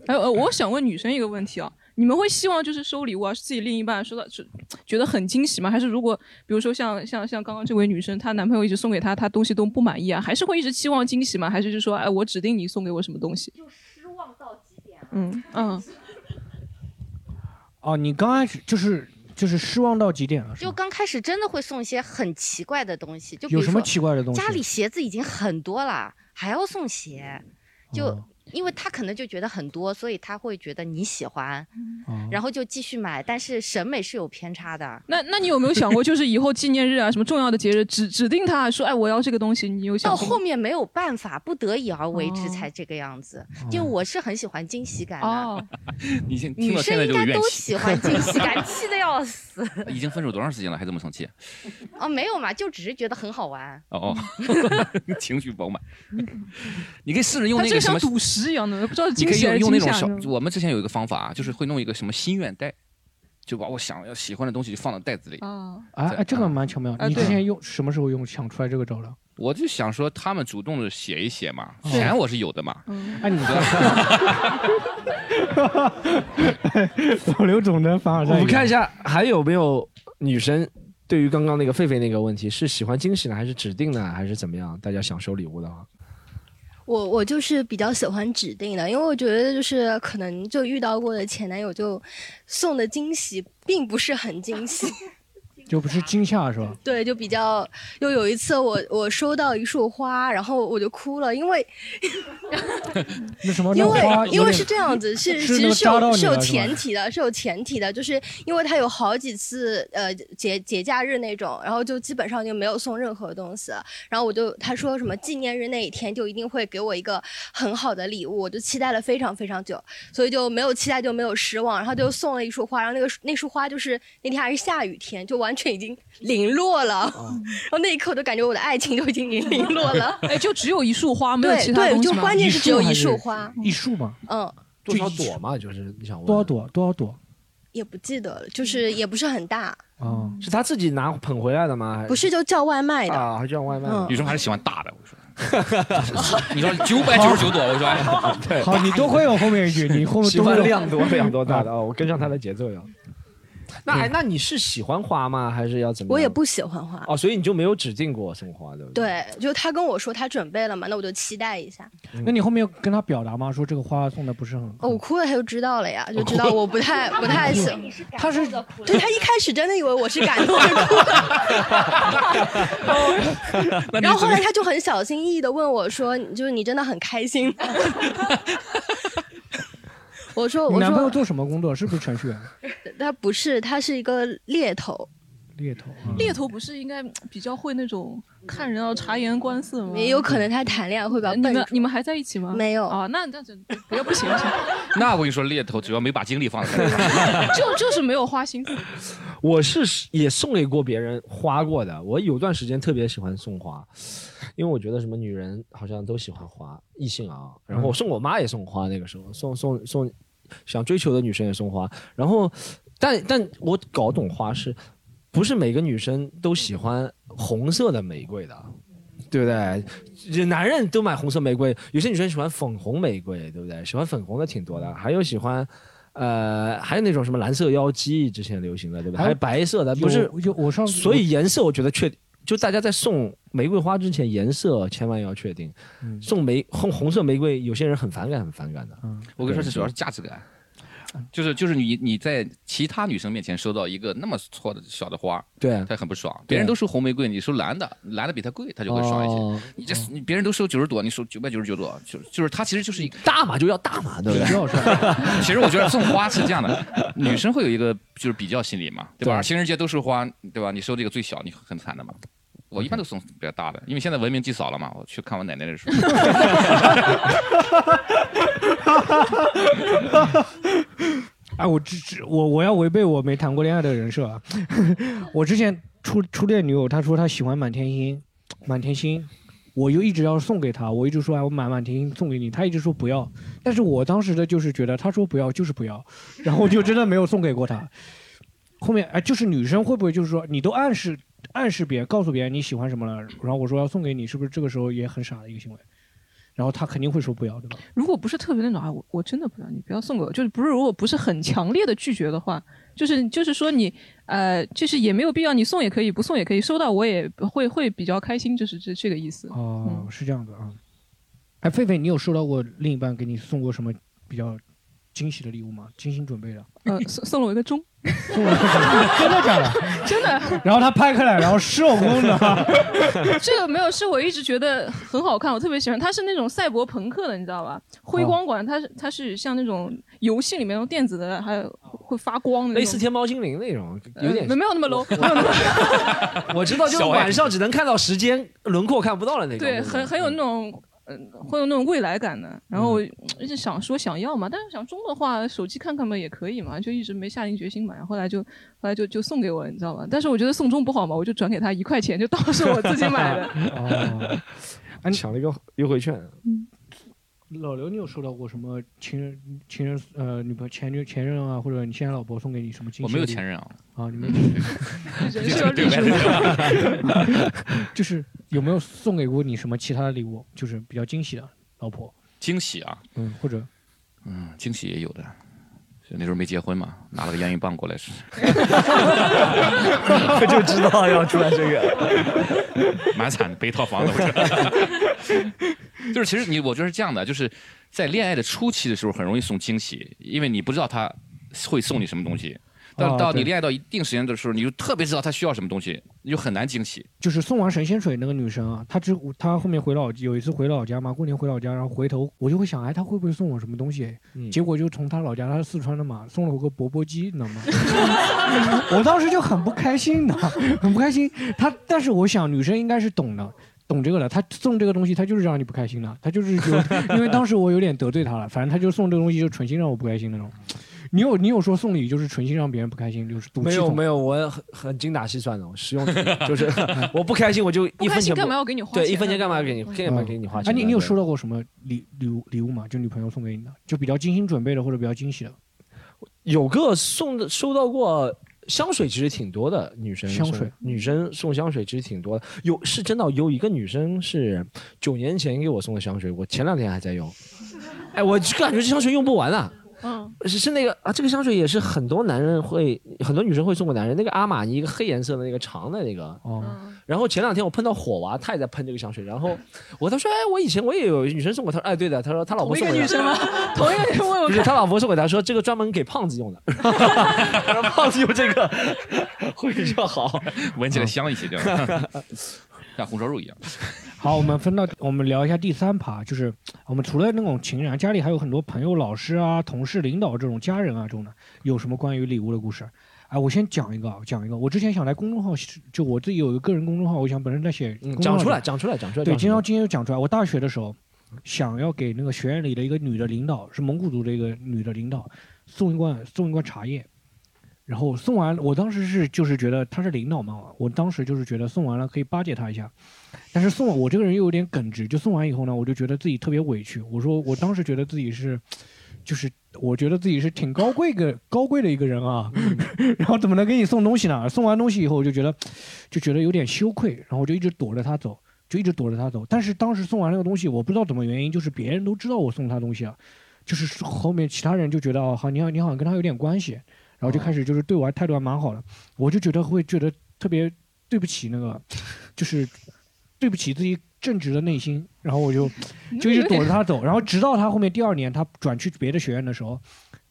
C: 哎，呃，我想问女生一个问题啊，你们会希望就是收礼物啊，是自己另一半收到是觉得很惊喜吗？还是如果比如说像像像刚刚这位女生，她男朋友一直送给她，她东西都不满意啊，还是会一直期望惊喜吗？还是就说哎，我指定你送给我什么东西？
J: 失望到极点了。
C: 嗯嗯，
D: 哦，你刚开始就是就是失望到极点了，是
J: 就
D: 吗？
J: 刚开始真的会送一些很奇怪的东西，就比
D: 有
J: 如
D: 什么
J: 说
D: 奇怪的东西
J: 家里鞋子已经很多了，还要送鞋，就、
D: 哦
J: 因为他可能就觉得很多，所以他会觉得你喜欢，
B: 嗯
D: 哦
J: 然后就继续买，但是审美是有偏差的。
C: 那那你有没有想过，就是以后纪念日啊，什么重要的节日，指指定他说哎，我要这个东西，你有想
J: 到
C: 过吗
J: 后面没有办法，不得已而为之
B: 哦
J: 才这个样子，
D: 哦
J: 因为我是很喜欢惊喜感的。
C: 哦，
B: 你先听
J: 女
B: 到现
J: 生应
B: 在就有
J: 该
B: 怨
J: 都
B: 气
J: 喜。欢惊喜
D: *laughs*
J: 感，气的要死。
B: *laughs*
J: *laughs*
B: 已经分手多长时间了，还这么生气？
J: 哦，没有嘛，就只是觉得很好玩。
B: 哦哦， *laughs* 情绪饱满。你可以试着用
C: 他
B: 那
C: 这个
B: 个什
C: 像
B: 么，
C: 赌石一样的，不知道是
B: 你
C: 惊
B: 可以
C: 喜啊还
B: 用
C: 是
B: 用那
C: 惊
B: 种
C: 吓
B: 小
C: 呢。，
B: 我们之前有一个方法啊，就是会弄一个什么心愿袋，就把我想要喜欢的东西就放到袋子里。
C: 啊，
K: 哦
D: 啊，哎这个蛮巧妙。
C: 啊
D: 你之
C: 对，
D: 前用什么时候用想出来这个招
A: *laughs*
D: 了？
B: 我就想说，他们主动的写一写嘛，钱我是有的嘛。
D: 哎，你保留总的反而
A: 我们看一下还有没有女生对于刚刚那个狒狒那个问题，是喜欢惊喜呢，还是指定呢，还是怎么样？大家想收礼物的话，
K: 我我就是比较喜欢指定的，因为我觉得就是可能就遇到过的前男友就送的惊喜并不是很惊喜，
D: 就不是惊吓是吧？
K: 对，就比较又有一次我我收到一束花，然后我就哭了，因为
D: 那什么
K: 因
D: 那花
K: 为
D: 有
K: *laughs* 因为
D: 点
K: 是这样子，是
D: 是
K: 其
D: 啊那
K: 实
D: 个
K: 是
D: 扎到
K: 有
D: 你
K: 是有
D: 了是吧
K: 前提的，是有前提的，就是因为他有好几次呃节节假日那种，然后就基本上就没有送任何东西，然后我就他说什么纪念日那一天就一定会给我一个很好的礼物，我就期待了非常非常久，所以就没有期待就没有失望，然后就送了一束花，然后那个那束花就是那天还是下雨天，就完全已经零落了， *laughs* 然后那一刻我就感觉我的爱情就已经零零落了
C: 哎，就只有一束花，没有
K: 对
C: 其他
K: 对
C: 东西
K: 就
C: 吗
K: 关键是只有一束
D: 还是
K: 花
D: 一束嘛，
K: 嗯。
A: 多少朵嘛，就是你想问
D: 多少朵多少朵
K: 也不记得了，就是也不是很大，
D: 啊？
A: 是他自己拿捧回来的吗？
D: 哎
A: 还
K: 不是就叫外卖的。
A: 啊，还叫外卖的。
K: 嗯
B: 女生还是喜欢大的，我说。 *laughs* 你说九百九十九朵，我说哎，
A: 对
D: 好，你多亏有后面一句，你后面
A: 喜
D: 多亏
A: 欢
D: 有嗯
A: 量多量多大的哦，我跟上他的节奏呀。那
B: 嗯
A: 哎，那你是喜欢花吗？还是要怎么样？
K: 我也不喜欢花。
A: 哦，所以你就没有指定过送花，对不对？
K: 对，就他跟我说他准备了嘛，那我就期待一下。
D: 嗯那你后面有跟他表达吗？说这个花送的不是很好
K: 哦，我哭了，他就知道了呀，就知道我不
D: *laughs*
K: 太不太喜欢。
D: 他嗯哦是
K: 对他一开始真的以为我是
D: *laughs*
K: 感动着哭，
B: 那你
K: 然后后
B: 怎么
K: 来他就很小心翼翼的问我说：“你就是你真的很开心吗？” *laughs* 我说：“
D: 你
K: 我
D: 男朋友
K: 说
D: 做什么工作？是不是程序员？
K: 他不是，他是一个猎头，
D: 猎头啊。
C: 猎头不是应该比较会那种看人要察言观色吗？
K: 也有可能他谈恋爱会把
C: 你
K: 笨
C: 们你们还在一起吗？
K: 没有
C: 啊，那那就不要不行，不 *laughs* 行
B: *laughs* 那我跟你说，猎头主要没把精力放在这儿。
C: 就就是没有花心思。
A: 我是也送给过别人花过的。我有段时间特别喜欢送花，因为我觉得什么女人好像都喜欢花，异性啊。然后我送我妈也送花，那个时候送送送，想追求的女生也送花。然后，但但我搞懂花是，不是每个女生都喜欢红色的玫瑰的，
D: 嗯
A: 对不对？这男人都买红色玫瑰，有些女生喜欢粉红玫瑰，对不对？喜欢粉红的挺多的，还有喜欢。呃，还有那种什么蓝色妖姬之前流行的，对不对？
D: 还有
A: 还有白色的，不是
D: 有有我上次
A: 所以颜色我觉得确就大家在送玫瑰花之前，颜色千万要确定。
D: 嗯
A: 送玫红红色玫瑰，有些人很反感，很反感的。
D: 嗯
B: 我跟你说，这主要是价值感，就是就是你你在其他女生面前收到一个那么错的小的花，
A: 对，
B: 她很不爽。别人都收红玫瑰，你收蓝的，蓝的比她贵，她就会爽一些。
A: 哦，
B: 你这你别人都收九十朵，你收九百九十九朵，就是就是她其实就是一个。
A: 大码就要大码，对不
D: 徐
A: 对？
D: 老
A: *laughs*
D: 师，
B: *laughs* 其实我觉得送花是这样的，女生会有一个就是比较心
E: *laughs*
B: 理嘛，对吧？
A: 对
B: 情人节都收花，对吧？你收这个最小，你很惨的
E: *laughs*
B: 嘛。我一般都送比较大的，因为现在文明祭扫了嘛。我去看我奶奶的时候，
E: *laughs*
D: 哎，我只只我我要违背我没谈过恋爱的人设啊！ *laughs* 我之前初初恋女友，她说她喜欢满天星，满天星，我就一直要送给她，我一直说哎，我买满天星送给你，她一直说不要，但是我当时的就是觉得她说不要就是不要，然后我就真的没有送给过她。后面哎，就是女生会不会就是说你都暗示暗示别人，告诉别人你喜欢什么了，然后我说要送给你，是不是这个时候也很傻的一个行为？然后他肯定会说不要，对吧？
C: 如果不是特别那种啊，我我真的不要，你不要送给我，就是不是如果不是很强烈的拒绝的话，就是就是说你呃，就是也没有必要，你送也可以，不送也可以，收到我也会会比较开心，就是这这个意思。
D: 哦，是这样的啊。哎，狒狒，你有收到过另一半给你送过什么比较惊喜的礼物吗？精心准备的， *laughs*
C: 呃，送送了我一个钟，
D: 真的假的？
C: *laughs* 真的，
D: 然后他拍开来，然后是我公的。
C: *laughs* 这个没有，是我一直觉得很好看，我特别喜欢。它是那种赛博朋克的，你知道吧？辉光管，它是它是像那种游戏里面那种电子的，还有会发光的那种，
A: 类似天猫精灵那种，有点
C: 呃、没有那么 low，没有那么
A: 我知道，就是
C: 小爱
A: 晚上只能看到时间轮廓看不到了那种。
C: 对，很很有那种。嗯，会有那种未来感的。然后我一直想说想要嘛，但是想中的话，手机看看嘛也可以嘛，就一直没下定决心买。后来就后来就就送给我了，你知道吧？但是我觉得送钟不好嘛，我就转给他一块钱，就当是我自己买 *laughs*
A: *laughs*
C: 的。
D: 哦，
A: 啊，抢了一个优惠券。
D: *laughs* 老刘，你有收到过什么情人、情人呃女朋友、前女前任啊，或者你现在老婆送给你什么惊喜？
B: 我没有前任啊。嗯
D: 啊，你没有前任。
B: *laughs* 人设立住了
D: *laughs* 就是有没有送给过你什么其他的礼物？就是比较惊喜的老婆，
B: 惊喜啊，
D: 嗯，或者
B: 嗯，惊喜也有的。就那时候没结婚嘛，拿了个烟云棒过 *laughs* 来是，
E: 我 *laughs* 就知道要出来这
B: 个， *laughs* 蛮惨的，背一套房子。我这 *laughs* 就是其实你，我觉得是这样的，就是在恋爱的初期的时候，很容易送惊喜，因为你不知道他会送你什么东西。到
A: 哦
D: 啊
B: 到
D: 对
B: 你恋爱到一定时间的时候，你就特别知道他需要什么东西，你就很难
A: *laughs*
B: 惊喜。
D: 就是送完神仙水那个女生啊，她之她后面回老有一次回老家嘛，过年回老家，然后回头我就会想，哎，她会不会送我什么东西？
A: 嗯
D: 结果就从她老家，她是四川的嘛，送了我个钵钵鸡，你知道
A: *laughs*
D: 吗？我当时就很不开心的，很不开心。她，但是我想女生应该是懂的。懂这个了，她送这个东西，她就是让你不开心的，她就是有，因 *laughs* 为当时我有点得罪她了，反正她就送这个东西，就纯心让我不开心那种。你有你有说送礼就是纯心让别人不开心，就是赌气
A: 没有
D: 筒
A: 没有，我很很精打细算的，我实 *laughs* 用主义，就是我不开心我就一分
C: 开心
A: 钱
C: 干嘛要给你花
A: 对，
C: 钱
A: 一分钱
C: 呢嗯
A: 干嘛给你干嘛给你花
D: 哎，
A: 钱呢？
D: 你你有
A: 对
D: 收到过什么礼礼物礼物吗？就女朋友送给你的，就比较精心准备的或者比较惊喜的。
A: 有个送的收到过香水，其实挺多的，女生
D: 香
A: 送
D: 水嗯
A: 女生送香水其实挺多的，有是真的有一个女生是九年前给我送的香水，我前两天还在用，哎，我就感觉这香水用不完了。
C: 嗯，
A: 是是那个啊，这个香水也是很多男人会，很多女生会送给男人。那个阿玛尼，一个黑颜色的那个长的那个。
D: 哦。
A: 然后前两天我碰到火娃，他也在喷这个香水。然后我他说，哎，我以前我也有女生送过他，哎，对的，他说他老婆
C: 同一
A: 送
C: 个
A: 给他
C: 女生吗？
A: *laughs*
C: 同一个女生问我
A: 不是他老婆送给他说这个专门给胖子用的，他说胖子用这个 *laughs* 会比较好，
B: *laughs* 闻起来香一
A: *laughs*
B: 些，这样像红烧肉一样。
D: 好，我们分 *laughs* 到我们聊一下第三趴，就是我们除了那种情人啊，家里还有很多朋友、老师啊、同事、领导这种家人啊这种的，有什么关于礼物的故事？哎，我先讲一个，啊，讲一个。我之前想来公众号，就我自己有一个个人公众号，我想本身在写嗯公众号
A: 讲
D: 里
A: 出来，讲出来，讲出来。
D: 对，
A: 讲出
D: 今
A: 来
D: 天今天就讲出来。我大学的时候，想要给那个学院里的一个女的领导，是蒙古族的一个女的领导，送一罐送一罐茶叶。然后送完，我当时是就是觉得她是领导嘛，我当时就是觉得送完了可以巴结她一下，但是送完我这个人又有点耿直，就送完以后呢，我就觉得自己特别委屈。我说我当时觉得自己是，就是我觉得自己是挺高贵个高贵的一个人啊， *laughs* 然后怎么能给你送东西呢？送完东西以后我就觉得，就觉得有点羞愧，然后我就一直躲着她走。就一直躲着她走，但是当时送完那个东西，我不知道怎么原因，就是别人都知道我送她东西了，啊就是后面其他人就觉得哦，好，你好，你好像跟他有点关系，然后就开始就是对我还态度还蛮好的，我就觉得会觉得特别对不起那个，就是对不起自己正直的内心，然后我就就一直躲着他走，然后直到他后面第二年他转去别的学院的时候，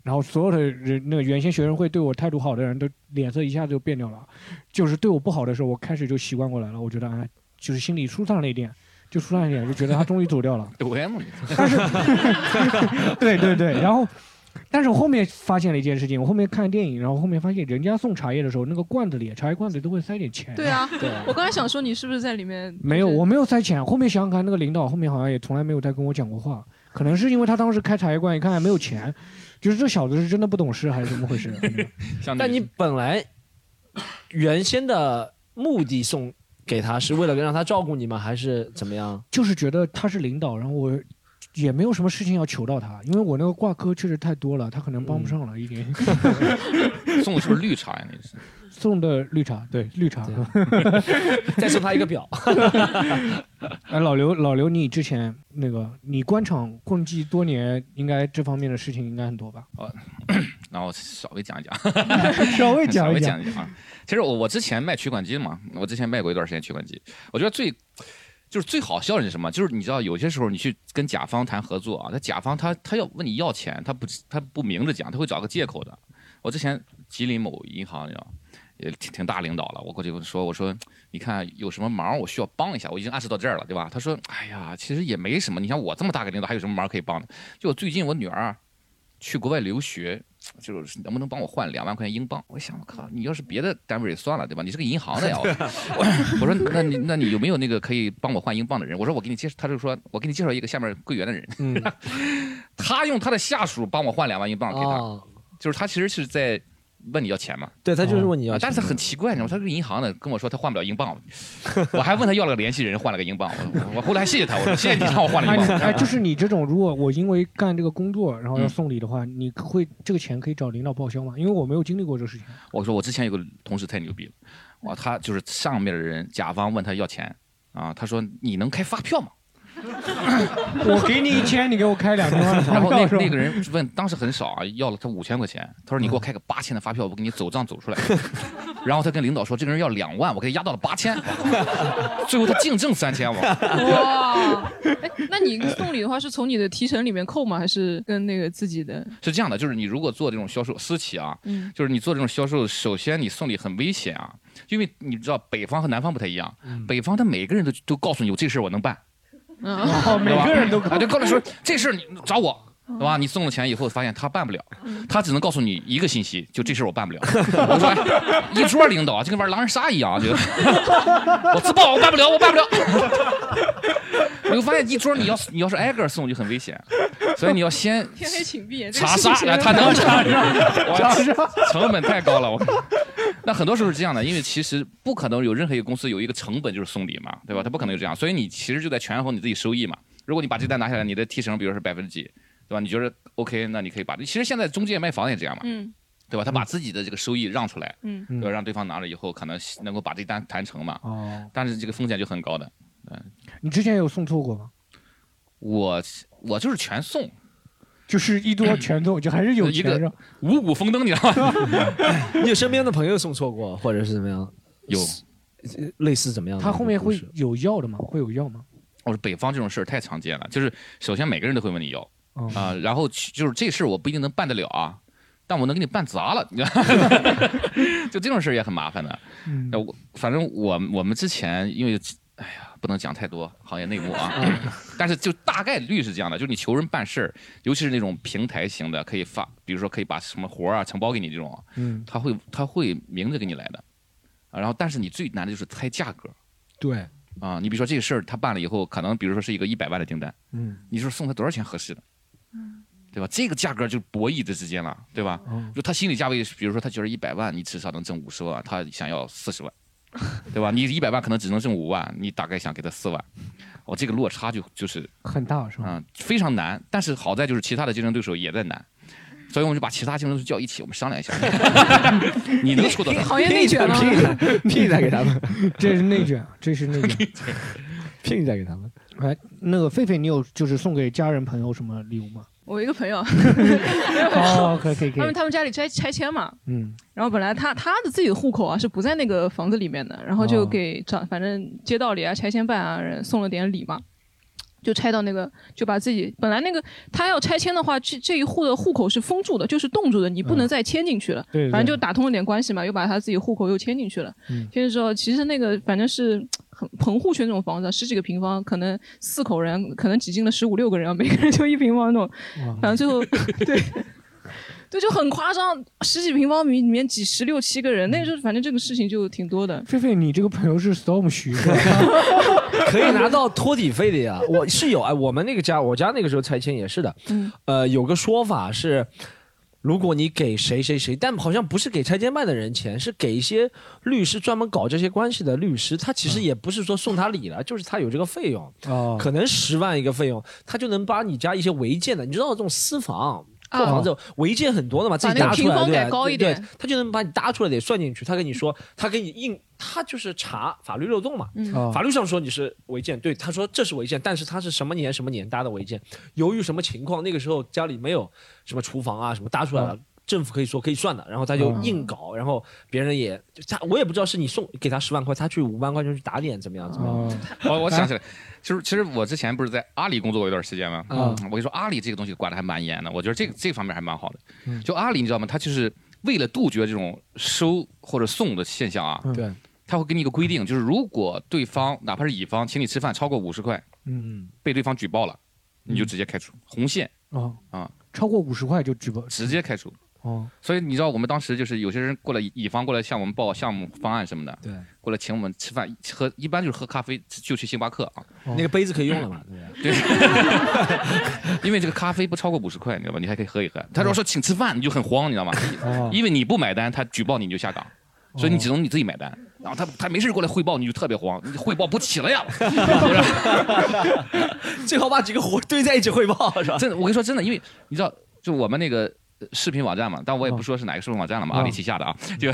D: 然后所有的人那个原先学生会对我态度好的人都脸色一下子就变掉了，就是对我不好的时候，我开始就习惯过来了，我觉得哎，就是心里舒畅了一点，就舒畅一点，就觉得他终于走掉了。
B: 抖 M， *laughs*
D: 但是 *laughs* 对对对，然后，但是我后面发现了一件事情，我后面看电影，然后后面发现人家送茶叶的时候，那个罐子里茶叶罐子里都会塞点钱。
C: 对啊，
D: 对。
C: 我刚才想说你是不是在里面？
D: 没有，我没有塞钱。后面想想看，那个领导后面好像也从来没有再跟我讲过话，可能是因为他当时开茶叶罐，一看还没有钱，就是这小子是真的不懂事还是怎么回事？ *laughs*
A: *laughs* 但你本来原先的目的送给他是为了让他照顾你吗？还是怎么样？
D: 就是觉得他是领导，然后我也没有什么事情要求到他，因为我那个挂科确实太多了，他可能帮不上了一点。
B: 送的是不是绿茶呀？那是
D: *laughs* 送的绿茶，对绿茶。 *laughs*
A: 再送他一个表。
D: 哎，老刘，老刘，你之前那个，你官场混迹多年，应该这方面的事情应该很多吧？
B: 哦，然后稍微讲一讲，
D: *laughs* 稍微
B: *laughs* 稍
D: 讲
B: 微
D: 一
B: 讲
D: 讲
B: 一讲啊。其实我我之前卖取款机嘛，我之前卖过一段时间取款机，我觉得最就是最好笑的是什么？就是你知道有些时候你去跟甲方谈合作啊，那甲方他他要问你要钱，他不他不明着讲，他会找个借口的。我之前吉林某银行，你知道。也挺挺大领导了，我过去跟他说，我说你看有什么忙我需要帮一下，我已经暗示到这儿了，对吧？他说，哎呀，其实也没什么，你像我这么大个领导，还有什么忙可以帮的？就我最近我女儿啊去国外留学，就是能不能帮我换两万块钱英镑？我想，我靠，你要是别的单位也算了，对吧？你是个银行的呀！我 *coughs* 我说，那你那你有没有那个可以帮我换英镑的人？我说我给你介绍，他就说我给你介绍一个下面柜员的人，
A: 嗯
B: *laughs* 他用他的下属帮我换两万英镑给他，
A: 哦
B: 就是他其实是在问你要钱嘛。
A: 对他就是问你要
B: 啊
A: 钱
B: 但是他很奇怪，你知道吗？他是个银行的，跟我说他换不了英镑，我还问他要了个联系人，换了个英镑。我我我后来还谢谢他，我说谢谢你让我换了
D: 哎
B: 英
D: 你
B: 镑。
D: 哎，就是你这种，如果我因为干这个工作，然后要
B: 嗯
D: 送礼的话，你会这个钱可以找领导报销吗？因为我没有经历过这个事情。
B: 我说我之前有个同事太牛逼了，哇，他就是上面的人，甲方问他要钱啊，他说你能开发票吗？
D: 我给你一千，你给我开两
B: *laughs*
D: 千万的发
B: 然后
D: *laughs* 票
B: 那
D: 是吧？嗯
B: 那个人问，当时很少啊，要了他五千块钱，他说你给我开个八千的发票，我给你走账走出来。 *laughs* 然后他跟领导说，这个人要两万，我给他压到了八千， *laughs* 最后他净挣三千，
C: *laughs*
B: 我。
C: 哇，哎， *laughs* 那你送礼的话是从你的提成里面扣吗？还是跟那个自己的？
B: *laughs* 是这样的，就是你如果做这种销售私企啊，
C: 嗯
B: 就是你做这种销售，首先你送礼很危险啊，因为你知道北方和南方不太一样，
D: 嗯
B: 北方他每个人都都告诉你有这事儿我能办，
D: 哦，每个人都
B: 啊，就告诉说这事儿你找我，对吧？你送了钱以后发现他办不
C: 哦
B: 了，他只能告诉你一个信息，就这事儿我办不了。 *laughs* 我说、哎、一桌领导就跟玩狼人杀一样，就 *laughs* 我自爆，我办不了，我办不了。 *laughs* 我就发现一桌你要你要是挨个儿送就很危险，所以你要先
C: *laughs* 天黑请闭眼，这个
B: 查
C: 事情
B: 杀，哎
C: 前
B: 他
C: 面
D: *laughs*
B: 能
C: 没
B: 查
C: 有
B: 杀，
C: 查
B: *laughs* 哇，成本太高了。我 *laughs* 那很多时候是这样的，因为其实不可能有任何一个公司有一个成本就是送礼嘛，对吧？他不可能有这样，所以你其实就在权衡你自己收益嘛。如果你把这单拿下来，你的提成比如说是百分之几，对吧？你觉得 OK，那你可以把。其实现在中介卖房也这样嘛，
C: 嗯
B: 对吧？他把自己的这个收益让出来，
C: 嗯
B: 对吧？让对方拿了以后，可能能够把这单谈成嘛。
D: 哦，
B: 但是这个风险就很高的。嗯
D: 你之前有送错过吗？
B: 我我就是全送，
D: 就是一桌全中，就还是有
B: 呃一
D: 钱
B: 个
D: 的。
B: 五谷丰登，你知道吗？ *laughs*
A: 你有身边的朋友送错过，或者是怎么样？
B: 有
A: 呃类似怎么样的？
D: 他后面会有要的吗？会有要吗？
B: 我说北方这种事儿太常见了，就是首先每个人都会问你要
D: 哦
B: 啊、然后去就是这事儿我不一定能办得了啊，但我能给你办砸了，你知道 *laughs* 就这种事儿也很麻烦的。
D: 嗯
B: 那呃我反正我我们之前因为哎呀不能讲太多行业内幕啊， *laughs* 但是就大概率是这样的，就是你求人办事儿，尤其是那种平台型的，可以发，比如说可以把什么活儿啊承包给你这种，
D: 嗯，
B: 他会他会明着给你来的，啊然后但是你最难的就是猜价格。
D: 对，
B: 啊，你比如说这个事儿，他办了以后，可能比如说是一个一百万的订单，
D: 嗯，
B: 你说送他多少钱合适的，对吧？这个价格就博弈的之间了，对吧？
D: 嗯
B: 就他心理价位，比如说他觉得一百万，你至少能挣五十万，他想要四十万，对吧？你一百万可能只能挣五万，你大概想给他四万，哦，这个落差就就是
D: 很大是吧？
B: 嗯，非常难。但是好在就是其他的竞争对手也在难，所以我们就把其他竞争对手叫一起，我们商量一下， *laughs* 你能出多少？
C: 行业内卷吗啊
A: 拼一下，拼一下给他们，
D: *laughs* 这是内卷，这是内卷， *laughs*
A: 拼一下给他们。
D: 哎，那个狒狒，你有就是送给家人朋友什么礼物吗？
C: 我一个朋友，没有没有
D: *laughs* 哦，可以可以
C: 他
D: 可
C: 们
D: 以，
C: 他们家里拆拆迁嘛，
D: 嗯，
C: 然后本来他他的自己的户口啊是不在那个房子里面的，然后
D: 哦
C: 就给长、反正街道里啊拆迁办啊人送了点礼嘛，就拆到那个就把自己本来那个他要拆迁的话，这这一户的户口是封住的，就是冻住的，你不能再迁进去了。
D: 嗯对对
C: 反正就打通了点关系嘛，又把他自己户口又迁进去了。
D: 嗯
C: 迁进去之后，其实那个反正是。很棚户区那种房子，啊十几个平方，可能四口人，可能挤进了十五六个人，啊每个人就一平方那种，反正最
D: *laughs*
C: 后对，对，就很夸张，十几平方米里面几十六七个人，那个时候反正这个事情就挺多的。
D: 狒狒，嗯你这个朋友是 Storm 徐是吧？
A: 可以拿到托底费的呀。我是有哎，我们那个家，我家那个时候拆迁也是的。
C: 嗯，
A: 呃，有个说法是，如果你给谁谁谁，但好像不是给拆迁办的人钱，是给一些律师专门搞这些关系的律师，他其
L: 嗯
A: 实也不是说送他礼了，就是他有这个费用，
D: 哦
A: 可能十万一个费用，他就能把你家一些违建的，你知道这种私房。破房子违建很多的嘛，自
L: 哦
A: 己
L: 把那个
A: 搭出
L: 屏
A: 来
L: 风
A: 对
L: 改
A: 吧
L: 高一
A: 对
L: 点
A: 他就能把你搭出来得算进去。他跟你说，他给你硬，他就是查法律漏洞嘛。
L: 嗯哦
A: 法律上说你是违建，对，他说这是违建，但是他是什么年什么年搭的违建，由于什么情况，那个时候家里没有什么厨房啊什么搭出来了。政府可以说可以算的，然后他就
L: 嗯
A: 硬搞，然后别人也就他我也不知道是你送给他十万块，他去五万块钱去打脸怎么样怎么样。
B: *laughs* 我我想起来，就是其实我之前不是在阿里工作过一段时间吗？
A: 嗯
B: 我跟你说，阿里这个东西管的还蛮严的，我觉得这个这方面还蛮好的
A: 嗯。
B: 就阿里，你知道吗？它就是为了杜绝这种收或者送的现象啊，
D: 嗯
A: 对，
B: 它会给你一个规定，就是如果对方哪怕是乙方请你吃饭超过五十块，
D: 嗯
B: 被对方举报了，你就直接开除，红线
D: 哦，
B: 啊，
D: 超过五十块就举报
B: 直接开除。
D: 哦，
B: 所以你知道，我们当时就是有些人过来，乙方过来向我们报项目方案什么的，
A: 对，
B: 过来请我们吃饭，喝一般就是喝咖啡，就去星巴克啊。
A: 那个杯子可以用了嘛？对不
B: 对， *laughs* 因为这个咖啡不超过五十块，你知道吧？你还可以喝一喝。他如果说请吃饭，你就很慌，你知道吗？
D: 哦
A: 哦
B: 因为你不买单，他举报你你就下岗，所以你只能你自己买
A: 哦
B: 单。然后他他没事过来汇报，你就特别慌，你汇报不起了 *laughs* 呀。
A: *laughs* 最好把几个火堆在一起汇报是吧？
B: 真的，我跟你说真的，因为你知道，就我们那个。呃视频网站嘛，但我也不说是哪个视频网站了嘛，
A: 哦
B: 阿里旗下的啊，
A: *laughs*
B: 就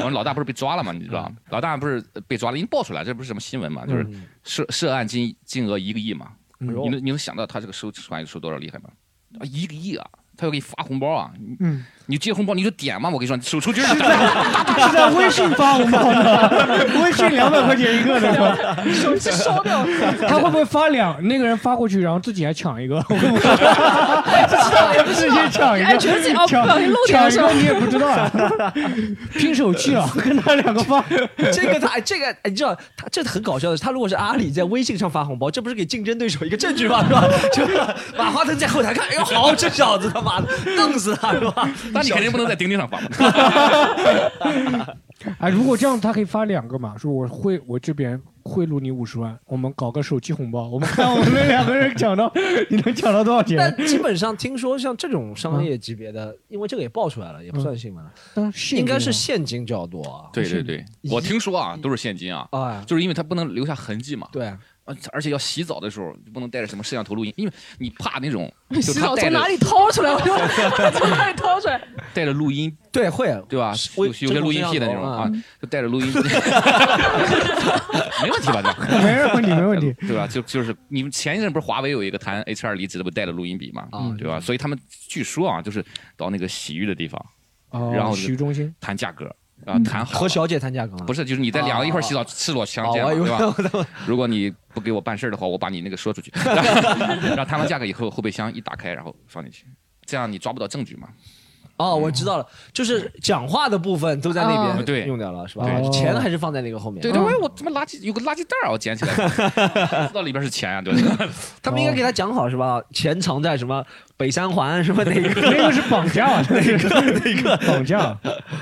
B: 我们老大不是被抓了嘛，你知道吧，老大不是被抓了，因为爆出来，这不是什么新闻嘛，就是
A: 嗯
B: 涉涉案金金额一个亿嘛，
A: 嗯
B: 你能你能想到他这个收款收多少厉害吗？啊，一个亿啊，他要给你发红包啊，你
D: 嗯，
B: 你接红包你就点嘛，我跟你说，手抽
D: *laughs*
B: 筋儿
D: 是在微信发红包吗？微信两百块钱一个的，
B: 手机烧掉
D: *laughs* 他会不会发两？那个人发过去，然后自己还抢一个？ *laughs* 自己抢一个，
L: 哎觉得自己哦不小心漏点
D: 抢
L: 了是吧
D: 一个你也不知道啊，拼手气啊，跟他两个发。
A: *laughs* 这个他这个，哎你知道他这很搞笑的是，他如果是阿里在微信上发红包，这不是给竞争对手一个证据吗？ *laughs* 是吧？就是马化腾在后台看，哎呦好，这小子他妈的弄死他是
B: *laughs*
A: 吧？
B: 那你肯定不能在钉钉上发嘛。
D: 哎，如果这样，他可以发两个嘛，说我会我这边贿赂你五十万，我们搞个手机红包，我们看我们两个人抢到， *laughs* 你能抢到多少钱？
A: *laughs* 但基本上听说像这种商业级别的，因为这个也爆出来了，也不算新闻了，
D: 但嗯是
A: 应该是现金较多啊。
B: *laughs* 对对对，我听说啊，都是现金
D: 哎
B: 啊，就是因为它不能留下痕迹嘛。呃
A: 对啊，
B: 而且要洗澡的时候就不能带着什么摄像头录音，因为你怕那种就
L: 洗
B: 他
L: 澡
B: 带
L: 从哪
B: 着
L: 里掏出来？我就从哪里掏出来？
B: 带着录音，
A: *laughs* 对会
B: 对吧？有有些录音癖的那种啊，就带着 *laughs* 录音，没问题吧？这
D: 没问题，没问题。
B: 对吧？就就是你们前一阵不是华为有一个谈 HR 离职的，不带着录音笔嘛，
D: 啊
B: 对
D: 嗯
B: 吧？所以他们据说啊，就是到那个洗浴的地方，
D: 哦
B: 然后
D: 洗浴中心嗯
B: 谈价格。啊，谈好
A: 和小姐谈价格吗？
B: 不是，就是你在两个一块儿
D: 啊
B: 洗澡，赤裸相见
A: 哦我
B: 嘛，
D: 哎
A: 以为
B: 对吧？如果你不给我办事儿的话，我把你那个说出
D: *laughs*
B: 去。然后谈完价格以后，后备箱一打开，然后放进去，这样你抓不到证据嘛？
A: 哦，我知道了，就是讲话的部分都在那
B: 啊
A: 边
B: 对
A: 用掉了，是吧？
D: 哦
B: 对
A: 钱还是放在那个后面。啊
B: 对对，我我他妈垃圾有个垃圾袋儿，我捡起来，知道里边是钱
A: *laughs*
B: 啊，对。
A: 他们应该给他讲好是吧？钱藏在什么北三环什么哪个？
D: 哦 *laughs* 那个是绑
A: *laughs*
D: 架，啊
A: 哪个哪个
D: 绑架？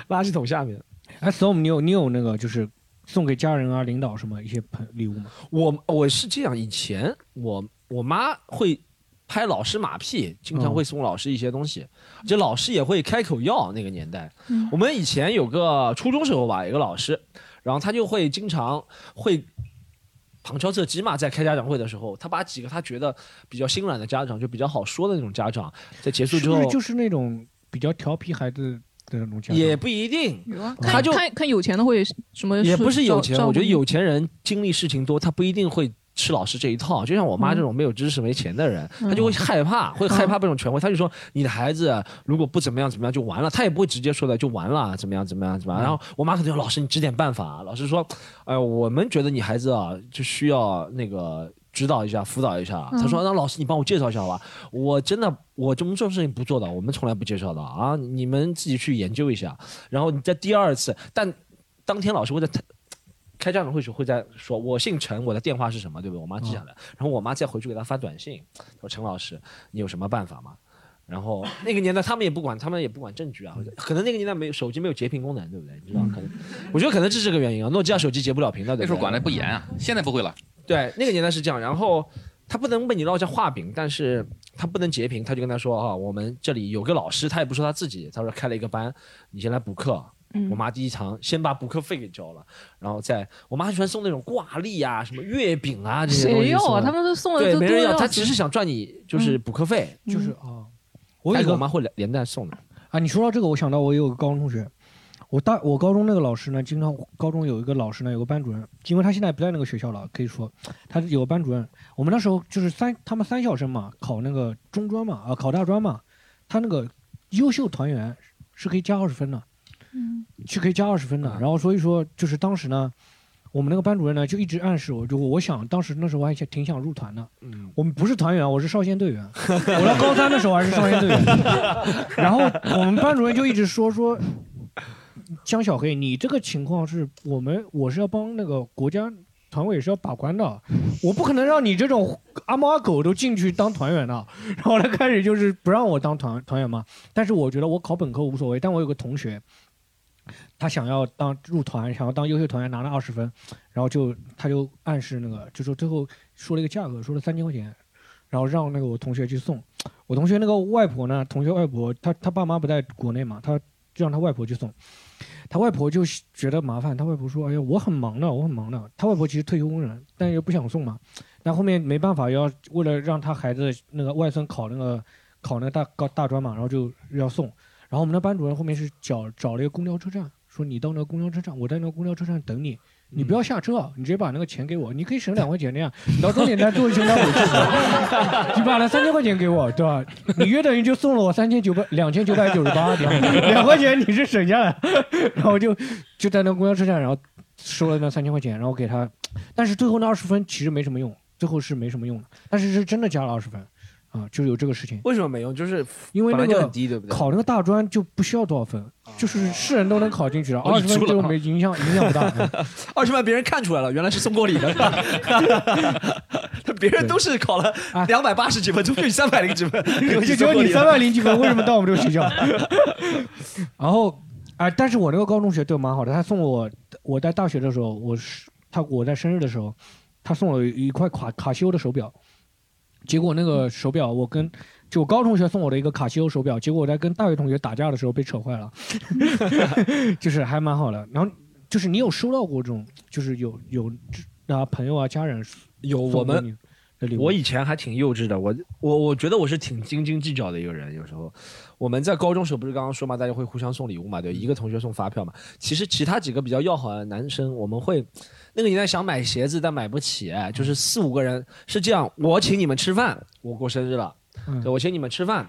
A: 垃圾桶下面。
D: 哎，Storm，你有你有那个就是送给家人啊、领导什么一些朋礼物吗？
A: 我我是这样，以前我我妈会拍老师马屁，经
D: 嗯
A: 常会送老师一些东西，而且老师也会开口要。那个年代，
L: 嗯
A: 我们以前有个初中时候吧，有个老师，然后他就会经常会。旁敲侧击嘛，在开家长会的时候，他把几个他觉得比较心软的家长，就比较好说的那种家长，在结束
D: 是
A: 之
D: 不
A: 后，
D: 是就是那种比较调皮孩子的那种家长？
A: 也不一定，他
C: 看
A: 就
C: 看看有钱的会什么？
A: 也不是有钱，
C: 照
A: 我觉得有钱人经历事情多，他不一定会吃老师这一套。就像我妈这种没有知识、没钱的人，
C: 嗯
A: 他就会害怕，会害怕被这种权威。他就说你的孩子如果不怎么样怎么样就完了，他也不会直接说的就完了，怎么样怎么样怎么样。然后我妈可能说老师你指点办法，老师说，哎、我们觉得你孩子啊就需要那个。指导一下，辅导一下。
L: 嗯
A: 他说：“那老师，你帮我介绍一下好吧？我真的，我这种这种事情不做的，我们从来不介绍的啊！你们自己去研究一下。然后你在第二次，但当天老师会在开家长会时候会在说，我姓陈，我的电话是什么，对不对？我妈记下来，然后我妈再回去给他发短信，说陈老师，你有什么办法吗？然后那个年代他们也不管，他们也不管证据啊，
D: 嗯
A: 或者可能那个年代嗯没有手机没有截屏功能，对不对？你知道，可能我觉得可能是这个原因啊，诺基亚手机截不了屏的，对不对
B: 那时候管的不严啊，现在不会了。
A: 对，那个年代是这样，然后他不能被你烙下画饼，但是他不能截屏，他就跟他说啊，我们这里有个老师，他也不说他自己，他说开了一个班，你先来补课。
L: 嗯
A: 我妈第一堂先把补课费给交了，然后再我妈很喜欢送那种挂历啊、什么月饼啊这些东西
C: 谁
A: 送
C: 要
A: 来。
C: 啊？他们都送的
A: 对
C: 都
A: 没人要，
C: 都
D: 嗯
A: 他只是想赚你就是补课费，哦
C: 就是
D: 啊。我有
A: 但
D: 一
A: 是我
D: 个
A: 妈会连连带送的。
D: 啊，你说到这个，我想到我有个高中同学，我大我高中那个老师呢，经常高中有一个老师呢，有个班主任，因为他现在不在那个学校了，可以说他有个班主任。我们那时候就是三他们三校生嘛，考那个中专嘛，啊、考大专嘛，他那个优秀团员是可以加二十分的，
L: 嗯
D: 是可以加二十分
A: 啊
D: 的。然后所以说就是当时呢，我们那个班主任呢就一直暗示我，就我想当时那时候我还想挺想入团的，
A: 嗯，
D: 我们不是团员，我是少先队员，我到高三的时候还是少先队员。 *laughs* 然后我们班主任就一直说说，江小黑，你这个情况是我们我是要帮那个国家团委是要把关的，我不可能让你这种阿猫阿狗都进去当团员的。然后他开始就是不让我当团团员嘛，但是我觉得我考本科无所谓，但我有个同学。他想要当入团，想要当优秀团员，拿了二十分，然后就他就暗示那个，就说最后说了一个价格，说了三千块钱，然后让那个我同学去送。我同学那个外婆呢，同学外婆，她她爸妈不在国内嘛，她就让她外婆去送。她外婆就觉得麻烦，她外婆说：“哎呀，我很忙的，我很忙的。”她外婆其实退休工人，但又不想送嘛。但后面没办法，要为了让她孩子那个外孙考那个考那个大高大专嘛，然后就要送。然后我们的班主任后面是找找了一个公交车站，说你到那个公交车站，我在那个公交车站等你，你不要下车啊，你直接把那个钱给我，你可以省两块钱那样，你到终点站坐一圈再回 *laughs* 去，你把那三千块钱给我，对吧？你约等于就送了我三千九百两千九百九十八
A: *laughs*
D: 点，两块钱你是省下来，然后就就在那公交车站，然后收了那三千块钱，然后给他，但是最后那二十分其实没什么用，最后是没什么用的，但是是真的加了二十分。啊，就是有这个事情，
A: 为什么没用？就是
D: 因为那
A: 本来就
D: 个
A: 很低，对不对？
D: 考那个大专就不需要多少分，就是是人都能考进去了，
A: 哦
D: 二
A: 你
D: 十
A: 出
D: 分
A: 了
D: 就没影响影响不
A: *laughs*
D: 大。嗯
A: 二十万别人看出来了，原来是送过礼的，是
D: *laughs*
A: 吧别人都是考了两百八十几分，就你三百零几分，
D: 啊 *laughs*
A: *laughs*
D: 就就只有你三百零几分，为什么到我们这个学校？ *laughs* 然后啊、但是我那个高中同学对我蛮好的，他送我，我在大学的时候，我是他我在生日的时候，他送了一块卡卡西欧的手表，结果那个手表我跟就我高中同学送我的一个卡西欧手表，结果我在跟大学同学打架的时候被扯坏
A: *laughs*
D: 了，就是还蛮好的。然后就是你有收到过这种，就是有有啊朋友啊家人
A: 有
D: 送过
A: *laughs* 我们
D: 你的礼物，
A: 我以前还挺幼稚的，我我我觉得我是挺斤斤计较的一个人。有时候我们在高中时候不是刚刚说嘛，大家会互相送礼物嘛，对，一个同学送发票嘛。其实其他几个比较要好的男生，我们会那个年代想买鞋子但买不起，哎就是四五个人是这样，我请你们吃饭，我过生日了，
D: 嗯
A: 对，我请你们吃饭，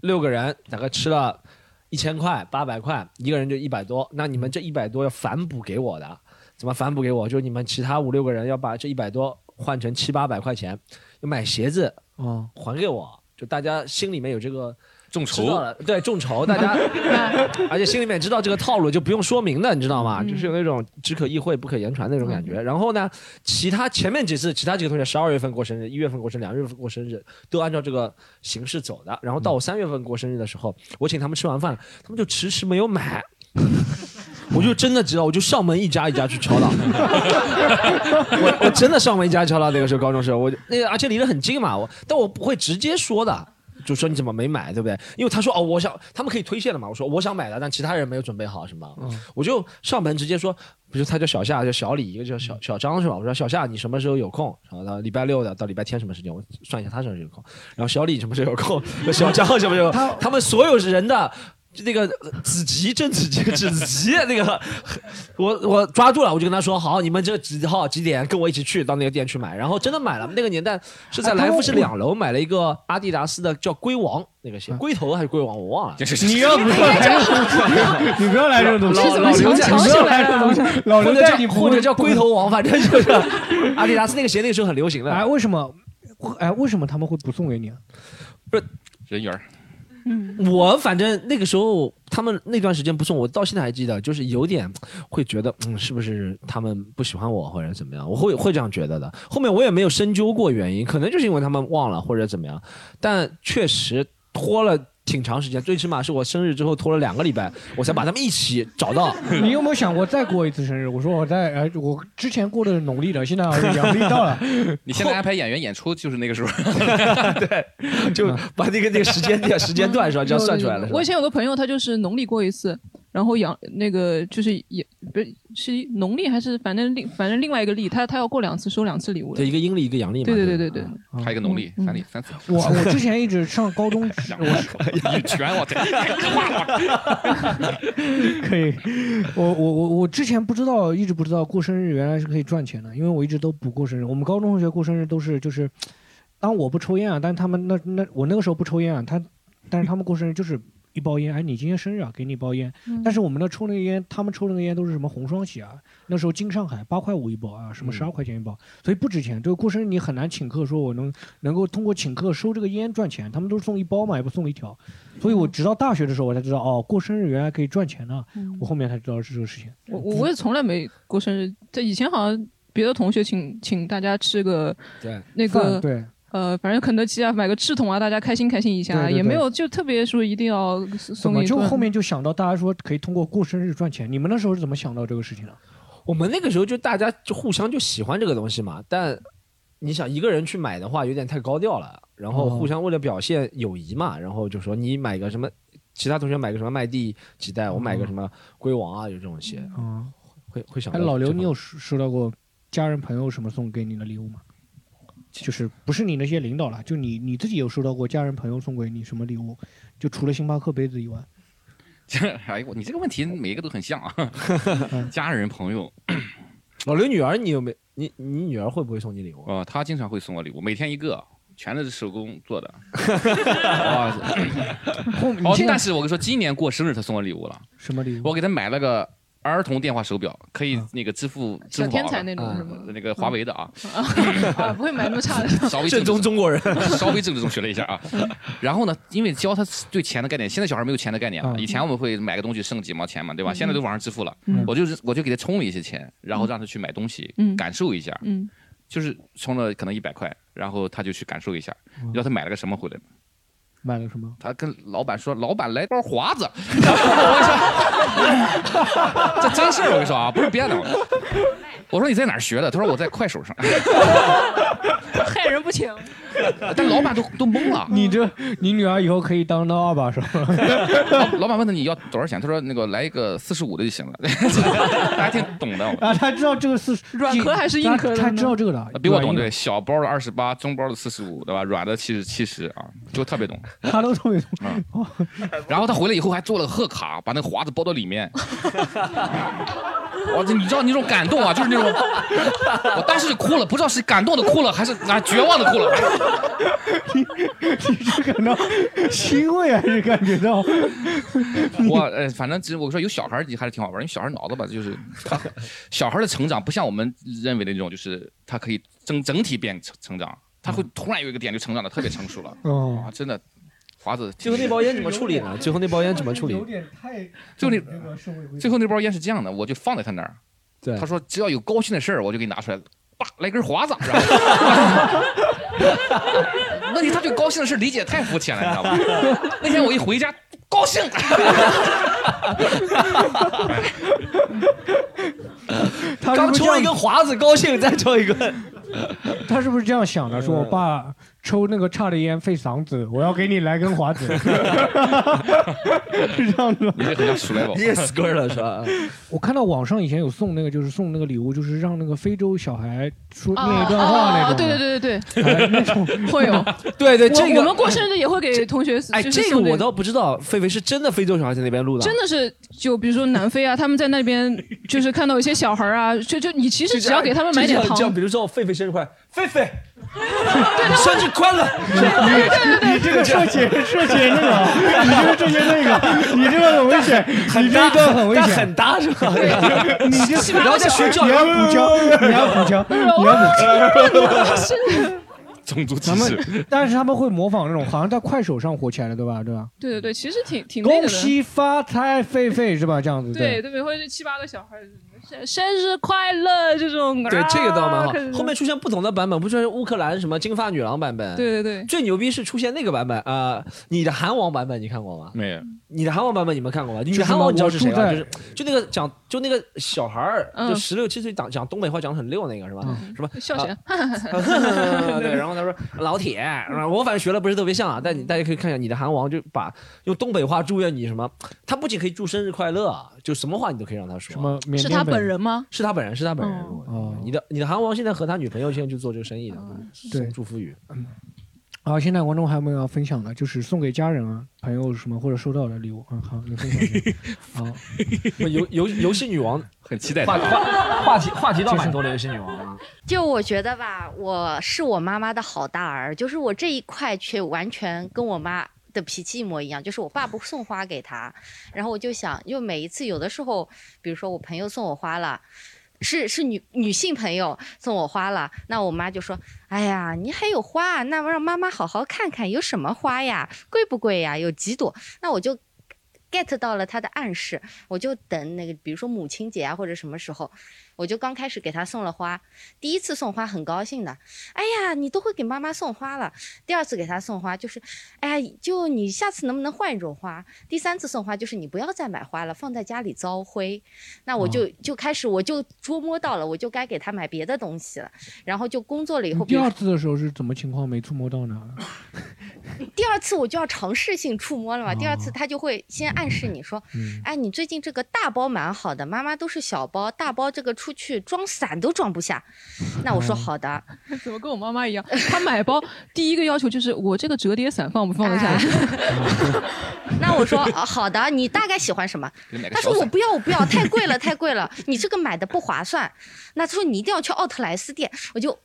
A: 六个人大概吃了一千块、八百块，一个人就一百多，那你们这一百多要反补给我的。怎么反补给我？就是你们其他五六个人要把这一百多换成七八百块钱，要买鞋子
D: 哦，
A: 还给我。就大家心里面有这个
B: 众
A: 筹了，对众筹，大家而且心里面知道这个套路，就不用说明的，你知道吗？就是有那种只可意会不可言传那种感觉。然后呢，其他前面几次，其他几个同学十二月份过生日，一月份过生日，两月份过生日，都按照这个形式走的。然后到我三月份过生日的时候，我请他们吃完饭，他们就迟迟没有买。我就真的知道，我就上门一家一家去敲打， *laughs* 我我真的上门一家一家敲打。那个时候高中时候，我就那个而且离得很近嘛，我但我不会直接说的，就说你怎么没买，对不对？因为他说哦，我想他们可以推卸的嘛，我说我想买的，但其他人没有准备好，什么，我就上门直接说，不是他叫小夏，叫小李，一个叫
D: 嗯
A: 小小张是吧？我说小夏你什么时候有空？然后他礼拜六的到礼拜天什么时间？我算一下他什么时候有空，然后小李什么时候有空，小张什么时候有空？他们所有人的。就那个呃子集，郑子集，子集那个，我我抓住了，我就跟他说，好，你们这几号几点跟我一起去到那个店去买，然后真的买了。那个年代是在
D: 哎他
A: 来
D: 们
A: 福士两楼买了一个阿迪达斯的叫龟王那
D: 嗯
A: 个鞋，龟头还是龟王我忘了。
D: 你要不要来这种东西 *laughs* 你不要来这种东西
A: *laughs* 老老刘在，
D: 你不要来这种东西老刘
A: 或者
D: 带
A: 叫
D: 你红
A: 或者叫龟头王，反正
D: *laughs*
A: 就是阿迪达斯那个鞋那个时候很流行的。
D: 哎，为什么？哎，为什么他们会 *laughs* 不送给你啊？
B: 人缘儿。
A: *laughs* 我反正那个时候，他们那段时间不送我，到现在还记得，就是有点会觉得，嗯，是不是他们不喜欢我或者怎么样？我会会这样觉得的。后面我也没有深究过原因，可能就是因为他们忘了或者怎么样，但确实拖了挺长时间，最起码是我生日之后拖了两个礼拜，我才把他们一起找到。
D: 你有没有想过再过一次生日？我说我在，哎，我之前过的是农历的，现在阳历到
A: *laughs*
D: 了，
B: *laughs* 你现在安排演员演出就是那个时候，
A: 就把那个那个时间点、时间段是吧，这样算出来了。是吧
C: 我以前有个朋友，他就是农历过一次，然然后阳那个就是也不是是农历还是反正另反正另外一个历，他他要过两次收两次礼物的
A: 对，一个阴历，一个阳历嘛。
C: 对对
A: 对嗯
C: 对对对，
B: 还有一个农历，三历三次。
D: 嗯我我
B: *laughs*
D: 之前一直上高中，
B: 女权，我天，
D: *laughs* 可以，我我我我之前不知道，一直不知道过生日原来是可以赚钱的，因为我一直都不过生日。我们高中同学过生日都是就是，当我不抽烟啊，但他们那那我那个时候不抽烟啊，他但是他们过生日就是一包烟，哎，你今天生日啊，给你一包烟。
C: 嗯
D: 但是我们那抽那个烟，他们抽那个烟都是什么红双喜啊，那时候经上海八块五一包啊，什么十二块钱一包，所以不值钱。这个过生日你很难请客，说我能能够通过请客收这个烟赚钱，他们都是送一包嘛，也不送一条。所以我直到大学的时候我才知道，哦，过生日原来可以赚钱呢、
C: 嗯
D: 我后面才知道是这个事情。
C: 我我我也从来没过生日，这以前好像别的同学请请大家吃个
A: 对
C: 那个
D: 饭对。
C: 呃，反正肯德基啊，买个赤桶啊，大家开心开心一下，
D: 对对对
C: 也没有就特别说一定要
D: 怎
C: 送一
D: 么
C: 顿。
D: 就后面就想到大家说可以通过过生日赚钱？你们那时候是怎么想到这个事情的？
A: 我们那个时候就大家就互相就喜欢这个东西嘛，但你想一个人去买的话，有点太高调了。然后
D: 哦
A: 互相为了表现友谊嘛，然后就说你买个什么，其他同学买个什么麦地几代，我买个什么龟王啊，就这种鞋，
D: 嗯，
A: 会会想
D: 哎，
A: 到。
D: 老刘，你有收收到过家人朋友什么送给你的礼物吗？就是不是你那些领导啦，就你你自己有收到过家人朋友送给你什么礼物？就除了星巴克杯子以外，
B: *laughs* 哎我你这个问题每一个都
A: *laughs*
B: 很像啊，家人朋友，
A: 老刘女儿，你有没你你女儿会不会送
D: *laughs*
A: 你礼物？
B: 呃，他经常会送我礼物，每天一个，全都是手工
A: *laughs*
B: 做的。哇塞！
D: 你
A: 嗯
B: 哦
D: 现，在
B: 但是我跟你说，今年过生日他送我礼物了，
D: 什么礼物？
B: 我给他买了个儿童电话手表，可以
A: 嗯
B: 那个支付支
C: 小
B: 付宝
C: 天
B: 了
C: 才那种是吗
B: 呃那个华为的啊，
C: 啊，不会买那么
A: *laughs*
C: 差的。
B: *laughs* 稍微
A: 正宗中国人，
B: *laughs* 稍微政治中学了一下
C: *laughs*
B: 啊。然后呢，因为教他对钱的概念，现在小孩没有钱的概念了。
D: 嗯
B: 以前我们会买个东西剩几毛钱嘛，对吧？
D: 嗯
B: 现在都网上支付了
D: 嗯，
B: 我就是我就给他充了一些钱，然后让他去买东西
D: 嗯，
B: 感受一下，
C: 嗯，
B: 就是充了可能一百块，然后他就去感受一下。
C: 嗯
B: 你知道他买了个什么回来吗？
D: 买了什么？
B: 他跟老板说：“老板来包华子。”我说：“ *laughs* 这真事儿，我跟你说啊，不是编的。”我说：“你在哪儿学的？”他说：“我在快手上。”
C: *laughs* 害人不
A: *laughs*
C: 浅。
B: 但老板都都懵了。
D: *laughs* 你这你女儿以后可以当当二把手。
B: 老老板问他你要多少钱，他说那个来一个四十五的就行了， *laughs* 还挺懂的，
D: *laughs* 啊，他知道这个是
C: 软壳还是硬壳的呢
D: 他知道这个
A: 啊
D: 的，
B: 比我懂
D: 软硬
B: 对，小包的二十八，中包的四十五，对吧？软的七十七十啊，就特别懂。
D: *laughs*
B: 嗯
D: 他都特别懂。哦
B: 然后他回来以后还做了个贺卡，把那个华子包到里面。我这你知道那种感动啊，就是那种， *laughs* 我当时就哭了，不知道是感动的哭了，还是啊绝望的哭了。
D: 你是感到欣慰还是感觉到？
B: *laughs* 我呃，反正只我说有小孩儿还是挺好玩儿，因为小孩儿脑子吧，就是 *laughs* 他小孩儿的成长不像我们认为的那种，就是他可以整整体变成成长，他会突然有一个点就成长的特别成熟了。
D: 哦
B: 啊，真的，华子
A: 最后那包烟怎么处理呢？最后那包烟怎么处理？
D: 点太
B: 最后
D: 那个社会规
B: 最后那包烟是这样的，我就放在他那儿。
A: 对
B: 他说只要有高兴的事儿，我就给你拿出来，叭来根华子。然 *laughs* 后问题他对高兴的事理解太肤浅了，你知道吗？ *laughs* 那天我一回家，高兴。
D: 他
A: 刚抽一根华子高兴，再抽一根。
D: 他是不是这样想的？说
A: 呃
D: 我爸抽那个差的烟费嗓子，我要给你来根华子，
A: *laughs*
D: 是这样的吗？
B: 你这很像
D: *laughs*
B: 鼠来宝，
A: 你也 square 了是吧？
D: 我看到网上以前有送那个，就是送那个礼物，就是让那个非洲小孩说
B: 哦
C: 啊
D: 念一段话那种
C: 对
D: 的。
C: 对对对
D: 哎
C: 对，
D: 那种
C: 会有。
A: 对对，
C: 我
A: 这个
C: 我们过生日也会给同学，
A: 哎，
C: 就是
A: 这个
C: 送
A: 我倒不知道，狒狒是真的非洲小孩在那边录的，
C: 真的是，就比如说南非啊，他们在那边就是看到一些小孩儿啊，就就你其
A: 就
C: 实只要给他们买点
A: 这样，
C: 糖，
A: 比如说我狒狒生日快乐，狒狒，生日快乐，对
C: 对对
D: 你这个涉嫌涉嫌那个，你这个涉嫌那个，你这个很危险，你这个很危险，
A: 很搭是吧？
D: 你这
A: 起码然后再学教
D: 你要补交，你要补交，
A: *laughs*
D: 你要补交。
B: 种族歧
D: 咱
B: 视
D: 们，但是他们会模仿那种，好像在快手上火起来了，对吧？对吧？
C: 对对对，其实挺挺那个
D: 恭
C: 的。
D: 喜发财，狒狒是吧？这样子
C: 对对，每回这七八个小孩儿，生日快乐这种。
A: 对，这个倒蛮
C: 啊可是
A: 好。后面出现不同的版本，不就是乌克兰什么金发女郎版本？
C: 对对对
A: 最牛逼是出现那个版本啊、呃你的韩王版本你看过吗？
B: 没有。
A: 你的韩王版本你们看过吗？你
B: 是
A: 的韩王你知道是谁
B: 我
A: 吧？就
B: 住在
A: 是就那个讲就那个小孩儿，
C: 嗯
A: 就十六七岁讲讲东北话讲得很溜那个是吧？什么
C: 笑谁
A: 啊？ *laughs* 对，然后他说老铁，然后我反正学了不是特别像啊，但你大家可以看一下你的韩王，就把用东北话祝愿你什么，他不仅可以祝生日快乐，啊就什么话你都可以让他说。什么？
L: 是他本人吗？
A: 是他本人，是他本
D: 嗯
A: 人。
J: 哦
D: 哦
A: 你的你的韩王现在和他女朋友现在去做这个生意的，
D: 对
A: 送祝福语。 *laughs*
D: 啊，现在观众还有没有要分享的？就是送给家人啊、朋友什么，或者收到的礼物。嗯，好，你分享一下。好，
A: 啊游游游戏女王
B: 很期待
A: 话
B: 她
A: 话话题话题倒蛮多的游戏女王。啊
J: 就我觉得吧，我是我妈妈的好大儿，就是我这一块却完全跟我妈的脾气一模一样，就是我爸不送花给她，然后我就想，就每一次有的时候，比如说我朋友送我花了。是是女女性朋友送我花了，那我妈就说：“哎呀，你还有花啊，那么让妈妈好好看看有什么花呀，贵不贵呀，有几朵？”那我就 get 到了他的暗示，我就等那个，比如说母亲节啊或者什么时候，我就刚开始给他送了花，第一次送花很高兴的，哎呀，你都会给妈妈送花了。第二次给他送花就是，哎呀，就你下次能不能换一种花？第三次送花就是你不要再买花了，放在家里遭灰。那我
D: 哦
J: 就、就开始我就捉摸到了，我就该给他买别的东西了。然后就工作了以后，比
D: 第
J: 如
D: 二
J: 说
D: 次的时候是怎么情况？没触摸到呢？
J: 第二次我就要尝试性触摸了嘛。第二
B: 哦
J: 次他就会先暗示你说，
B: 嗯
J: 哎，你最近这个大包蛮好的，妈妈都是小包，大包这个出去装伞都装不下。那
B: 嗯
J: 我说好的，
C: *laughs* 怎么跟我妈妈一样？她买包第一个要求就是我这个折叠伞放不放得下？
A: 哎
J: 那我说、啊好的，你大概喜欢什么？
B: 给买个
J: 他
B: 小
J: 说我
B: 伞。
J: 不要，我不要，太贵了，太贵了，你这个买的不划算。那他说你一定要去奥特莱斯店，我就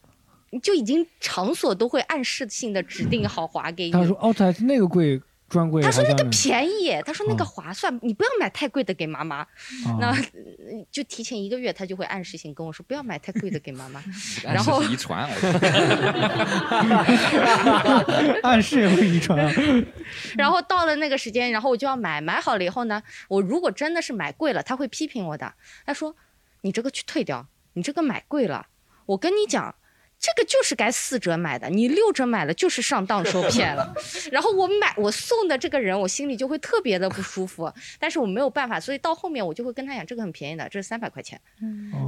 J: 就已经场所都会暗示性的指定好划给你。
D: 他说奥特莱斯那个贵专柜，
J: 哎他说那个
D: 宜。
J: 便宜，他说那个划算，你不要买太贵的给妈妈。
D: 哦
J: 那呃就提前一个月，他就会暗示性跟我说不要买太贵的给妈妈然后
D: *laughs*
B: 暗
J: *laughs*
B: 示是遗传啊，
D: 暗示也会遗传啊。
J: 然后到了那个时间，然后我就要买，买好了以后呢，我如果真的是买贵了，他会批评我的。他说：“你这个去退掉，你这个买贵了。”我跟你讲，这个就是该四折买的，你六折买了就是上当受骗
D: *laughs*
J: 了。然后我买我送的这个人，我心里就会特别的不舒服，但是我没有办法，所以到后面我就会跟他讲，这个很便宜的，这是三百块钱，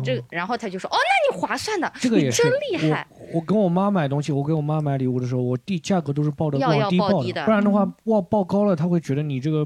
J: 这个然后他就说：“哦，那你划算的，
D: 这个也
J: 你
D: 是
J: 真厉害。
D: 我。我跟我妈买东西，我给我妈买礼物的时候，我定价格都是报的
J: 要要
D: 往低
J: 报
D: 报
J: 低的
D: 不然的话，哇报高了，她会觉得你这个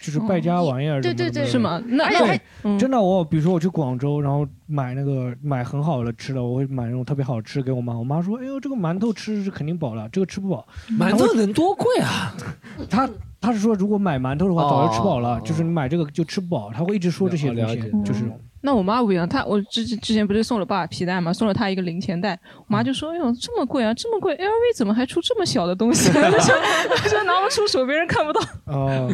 D: 就是败家玩意儿什
J: 对
D: 么的。
J: 对对
D: 对，
J: 嗯是吗那而且
D: 对
J: 还嗯
D: 真的我比如说我去广州，然后买那个买很好的吃的，我会买那种特别好吃给我妈，我妈说：“哎呦，这个馒头吃是肯定饱了，这个吃不饱。”
J: 嗯
A: 馒头能多贵啊？
D: *laughs* 她她是说如果买馒头的话
A: 哦
D: 早就吃饱
A: 哦
D: 了，就是你买这个就吃不饱，她会一直说这些东西
A: 了解，
D: 就是
J: 嗯
D: 这种。
C: 那我妈不一样，她我之之前不是送了爸皮带嘛，送了她一个零钱袋，我妈就说：“哎呦，这么贵啊，这么贵，LV 怎么还出这么小的东西？”啊 *laughs* 她说：“她说拿不出手，别人看不到。
D: *laughs* 哦，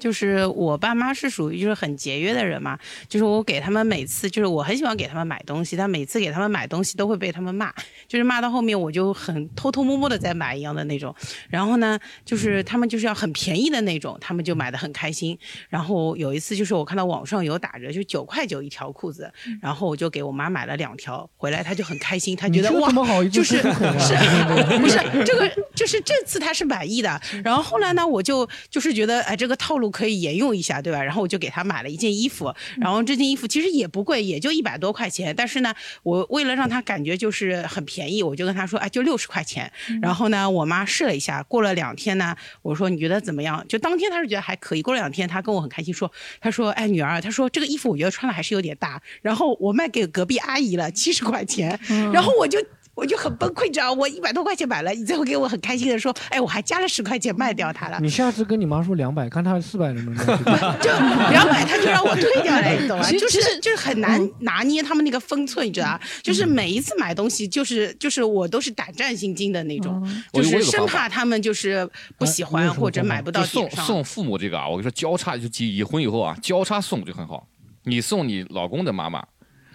M: 就是我爸妈是属于就是很节约的人嘛，就是我给他们每次就是我很喜欢给他们买东西，但每次给他们买东西都会被他们骂，就是骂到后面我就很偷偷摸摸的在买一样的那种。然后呢，就是他们就是要很便宜的那种，他们就买的很开心。然后有一次就是我看到网上有打折，就九块九一条裤子，然后我就给我妈买了两条，回来她就很开心，她觉得
D: 你这
M: 哇
D: 怎么好意，思
M: 就是
D: 说出口啊
M: *laughs* 是 *laughs* 不是这个就是这次他是满意的，然后后来呢，我就就是觉得哎，这个套路可以沿用一下，对吧？然后我就给他买了一件衣服，然后这件衣服其实也不贵，也就一百多块钱，但是呢，我为了让他感觉就是很便宜，我就跟他说，哎，就六十块钱。然后呢，我妈试了一下，过了两天呢，我说你觉得怎么样？就当天她是觉得还可以，过了两天她跟我很开心说，她说，哎，女儿，她说这个衣服我觉得穿的还是有点大，然后我卖给隔壁阿姨了七十块钱，然后我就。我就很崩溃，你知道，我一百多块钱买了，你最后给我很开心的说，哎，我还加了十块钱卖掉它了。
D: 你下次跟你妈说两百，看她四百能不能接受。
M: *laughs* 就两百，他就让我退掉
D: *laughs*
M: 了，你懂吗？
D: 其实嗯
M: 就是就是很难拿捏他们那个分寸，你知道吧？就是每一次买东西，就是就是我都是胆战心惊的那
D: 哦
M: 种，
B: 我
M: 就
B: 我有
M: 是
B: 个
M: 生
B: 方法
M: 怕他们就是不喜欢、或者买不到
B: 就送
M: 点上。
B: 送父母这个啊，我跟你说，交叉就结已婚以后啊，交叉送就很好。你送你老公的妈妈，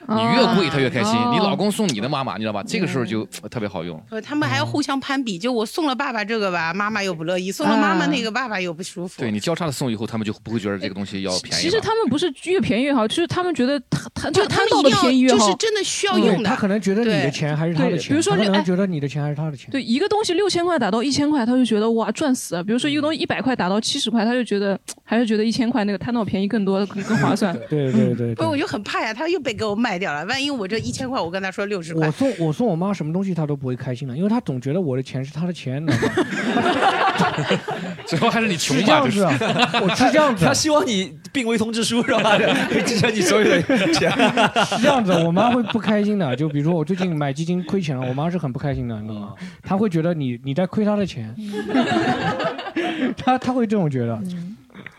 B: 你越贵他越开心。
M: 哦
B: 你老公送你的妈妈，你知道吧？这个时候就呃特别好用。
M: 呃，他们还要互相攀比，就我送了爸爸这个吧，妈妈又不乐意；送了妈妈那个，爸爸又不舒服。
B: 对你交叉的送以后，他们就不会觉得这个东西要便宜了。
C: 其实他们不是越便宜越好，就是他们觉得他他
M: 就
C: 他
M: 他们
C: 到的
M: 一定要
C: 便宜越好，
M: 就是真的需要
D: 对他可能觉得你的
C: 对
D: 钱还是他的
C: 对
D: 钱，
C: 比如说
D: 他可
C: 就哎
D: 能觉得你的钱还是他的钱。
C: 对一个东西六千块打到一千块，他就觉得哇赚死了。比如说一个东西一百块打到七十块，他就觉得还是觉得一千块那个摊到便宜更多更更划算。
D: *laughs* 对对对
M: 不，
D: 对，
M: 我就很怕呀，他又被给我卖掉了。万一我这一千块，我跟他说六十块
D: 我，送我送我妈什么东西她都不会开心的，因为她总觉得我的钱 *laughs* 是她的钱，
A: *laughs*
B: 主要还是你
D: 是这样子啊，我是这样子啊
A: *laughs* 他，希望你 *laughs* 病危通知书是吧？ *laughs* 可以继承你所有的钱。
D: *laughs* 是这样子，啊我妈会不开心的。就比如说我最近买基金亏钱了，我妈是很不开心的，你知道吗？
A: 嗯
D: 她会觉得你你在亏她的钱，
C: 嗯
D: *laughs* 她她会这种觉得。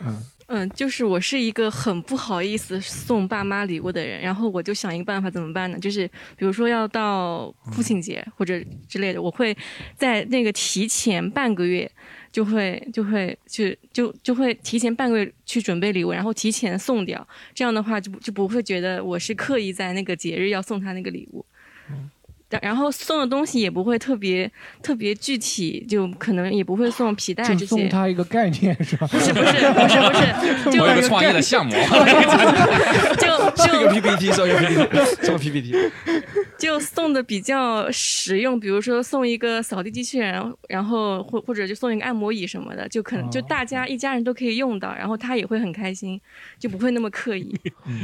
D: 嗯，
N: 嗯，就是我是一个很不好意思送爸妈礼物的人，然后我就想一个办法，怎么办呢？就是比如说要到父亲节或者之类的，我会在那个提前半个月就会就会去就就会提前半个月去准备礼物，然后提前送掉，这样的话就不就不会觉得我是刻意在那个节日要送他那个礼物。然然后送的东西也不会特别特别具体，就可能也不会送皮带
D: 就
N: 这
D: 送
N: 些。
D: 她一个概念是吧？不
N: 是不是不是不是，就
B: 我有个创业的项目，
A: *laughs*
N: 就就
A: 这个 PPT，送个
N: *laughs*
A: PPT，送个 PPT。
N: 就送的比较实用，比如说送一个扫地机器人，然后或或者就送一个按摩椅什么的，就可能就大家一家人都可以用到，然后他也会很开心，就不会那么刻意。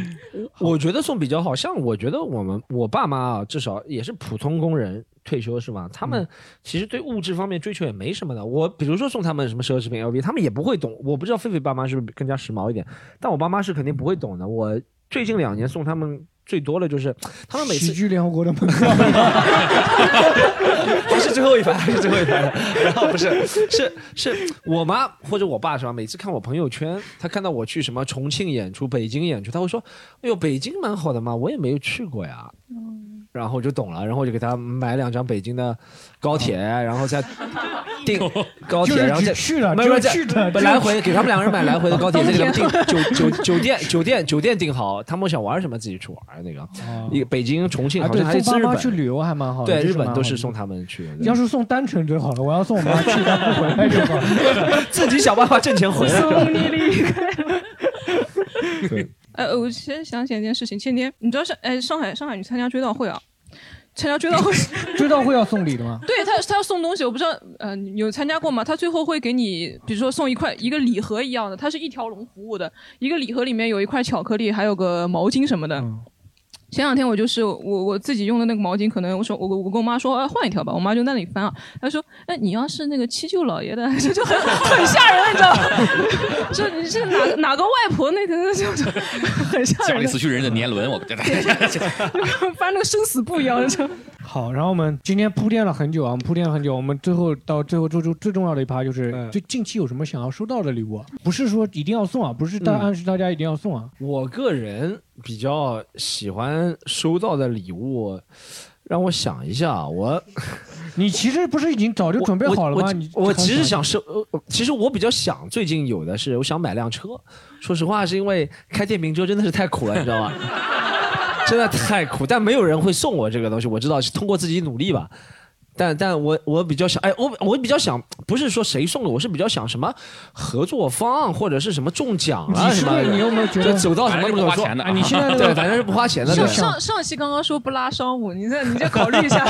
A: *laughs* 我觉得送比较好，像我觉得我们我爸妈啊，至少也是普通工人退休是吧？他们其实对物质方面追求也没什么的。我比如说送他们什么奢侈品 LV，他们也不会懂。我不知道狒狒爸妈是不是更加时髦一点，但我爸妈是肯定不会懂的。我最近两年送他们最多的就是他们每次
D: 喜剧联合国的门票，
A: 不是最后一排，不是最后一
D: *laughs*
A: 排的。然后不是，是是我妈或者我爸是吧？每次看我朋友圈，他看到我去什么重庆演出、北京演出，他会说：“哎呦，北京蛮好的嘛，我也没有去过呀。”然后我就懂了，然后我就给他买两张北京的高铁，然后再 *laughs* 订高
D: 嗯哦就
A: 铁，
D: 是
A: 然后
D: 只
A: 再
D: 去了
A: 没有没有
D: 只
A: 再
D: 去的
A: 不
D: 只
A: 来回给他们两个人买来回的高铁，再给他们订
D: 冬 *laughs* 天
A: 酒酒酒店酒店酒店订好，他们想玩什么自己去玩那个。一个北京、重庆
D: 哦啊
A: 好像还
D: 对，
A: 是
D: 送
A: 日
D: 爸妈
A: 本
D: 去旅游还蛮好的，
A: 对，
D: 这
A: 日
D: 蛮
A: 本
D: 好
A: 都
D: 的
A: 是送他们去的。
D: 要是送单程就好了，我要送我妈去，她不回来就好了。
A: *laughs* 自己想办法挣钱回来。
C: 送你离开。
A: 对
C: 呃，我先想起来一件事情，前天你知道上哎上海上海你参加追悼会啊？参加追悼会，
D: 追悼会要送礼的吗？
C: *laughs* 对他他要送东西，我不知道呃你有参加过吗？他最后会给你，比如说送一块一个礼盒一样的，它是一条龙服务的，一个礼盒里面有一块巧克力，还有个毛巾什么的。前两天我就是我我自己用的那个毛巾，可能我说我我跟我妈说、哎、换一条吧，我妈就在那里翻啊，她说哎你要是那个七舅姥爷的， *laughs* 就就很很吓人，你知道吗？ *laughs* 就你是哪个哪个外婆那个 *laughs* 就就很吓
B: 家
C: 人
B: 里
C: 的，
B: 死去人的年轮，我觉得。
C: 翻那个生死簿一样的就。
D: *laughs* 好，然后我们今天铺垫了很久啊，我们铺垫了很久，我们最后到最后做出最重要的一趴就是，最近期有什么想要收到的礼物啊？不是说一定要送啊，不是大
A: 嗯
D: 暗示大家一定要送啊。
A: *laughs* 我个人比较喜欢收到的礼物，让我想一下啊，我
D: *laughs* 你其实不是已经早就准备好了吗？
A: 我
D: 你
A: 我我其实想
D: 收
A: 收，呃其实我比较想最近有的是，我想买辆车。说实话，是因为开电瓶车真的是太苦了，你知道吗？
C: *laughs*
A: 真的太苦，但没有人会送我这个东西。我知道是通过自己努力吧，但但我我比较想，哎，我我比较想，不是说谁送的，我是比较想什么合作方案或者是什么中奖了
D: 你是
A: 什么
D: 不
A: 的，
D: 是你有没有觉得
A: 就走到什么门口
D: 反正是不花
A: 说
D: 钱的啊你
A: *laughs*
D: 现在那个
A: 对，反正是不花钱的，
C: 上
A: 对 *laughs*
C: 上上期刚刚说不拉商务，你这你再考虑一下。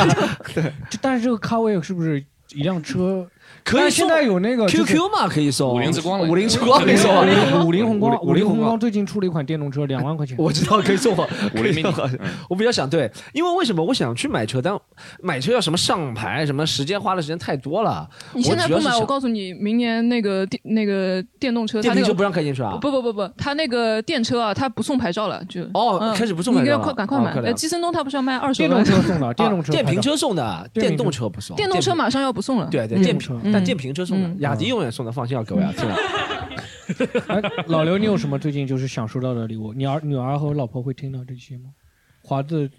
D: 就但是这个咖位是不是一辆车？
A: 可以
D: 但是现在有那个
A: QQ 嘛，可以送
D: 五
A: 五
D: 菱
A: 菱
D: 之
A: 之
D: 光
A: 光
D: 了
A: 了五菱之光可以送
D: 五菱宏光五菱宏光，
A: 五菱宏光
D: 最近出了一款电动车，两万块钱。
A: 我知道可
D: *laughs*
A: 以送我
D: 五菱
A: *laughs*
D: mini
A: 可以送我我比较想对，因为为什么我想去买车，但买车要什么上牌，什么时间花的时间太多了。
C: 你现在不买，我
A: 告
C: 告诉你，明年那个电那个电动车，它
A: 电
C: 那
A: 瓶
C: 个
A: 车不让开进去啊。
C: 不不不不，它那个电车啊，它不送牌照了，就
A: 哦
C: 嗯
A: 开始不送牌照
C: 你
A: 了
C: 要快赶快买
A: 哦。快点
C: 呃，基森东它不是要卖二手
A: 电动车
D: 送
C: *laughs*
D: 的电动车
A: 啊电瓶
D: 牌
A: 车
D: 照
A: 送的，
D: 电瓶
A: 电
D: 车
A: 动车不送。
C: 电动车马嗯上要不送了。
A: 对对，电瓶，但电瓶车送
D: 嗯
A: 的，
B: 嗯
A: 雅迪永远送的，放心啊，各位
D: *laughs*
A: 啊，听了。
D: 哎老刘，你有什么最近就是想收到的礼物？你儿、女儿和老婆会听到这些吗？华子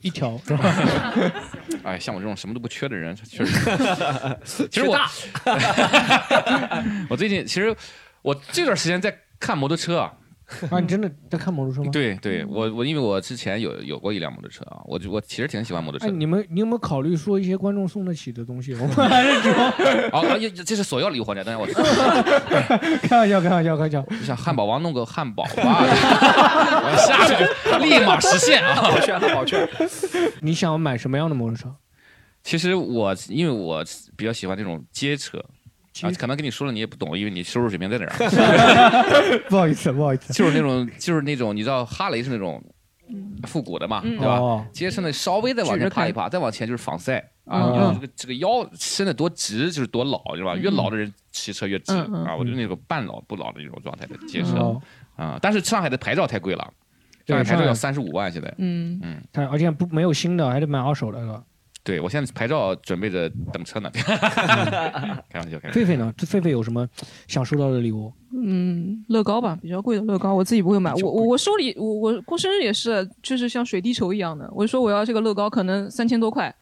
D: 一条是吧？
B: *laughs* 哎，像我这种什么都不缺的人，确实。其实我
A: 大，
B: *laughs* 我最近其实我这段时间在看摩托车啊，
D: 啊，你真的在看摩托车吗？嗯
B: 对对，我我因为我之前有有过一辆摩托车啊，我就我其实挺喜欢摩托车
D: 哎，
B: 的。
D: 你们你有没有考虑说一些观众送得起的东西？我
B: *laughs*
D: 们还是主要
B: 哦，啊这这是索要礼物环节，当然我知道。
D: *laughs* 开玩笑，开玩笑，开玩笑。
B: 就像汉堡王弄个汉堡吧，我下去立马实
A: *laughs*
B: 现啊！
D: 保全保全你想买什么样的摩托
B: *laughs*
D: 车？ *laughs*
B: 其实我因为我比较喜欢这种街车。啊，可能跟你说了你也不懂，因为你收入水平在哪
D: *laughs*
B: 儿？
D: 不好意思，不好意思，
B: *laughs* 就是那种，就是那种，你知道哈雷是那种复古的嘛，
D: 嗯
B: 对吧？
D: 哦
B: 街车呢稍微再往前爬一爬，再往前就是防晒啊，
D: 嗯
B: 你知道这个这个腰伸得多直就是多老，你知道吧？越老的人骑车越直
D: 嗯嗯
B: 啊，我就那种半老不老的那种状态的街车
D: 哦
B: 啊。但是上海的牌照太贵了，
D: 对
B: 上海牌照要
D: 上
B: 三十五万现在。
D: 嗯
B: 嗯，
D: 它而且不没有新的，还得买二手的，是吧？
B: 对我现在牌照准备着
D: *laughs*
B: 等车呢，开玩笑，开玩笑。，
D: 狒狒呢？这狒狒有什么想收到的礼物？
C: 嗯，乐高吧，比较贵的乐高，我自己不会买。我我我收礼，我我过生日也是，就是像水滴筹一样的。我说我要这个乐高，可能三千多块，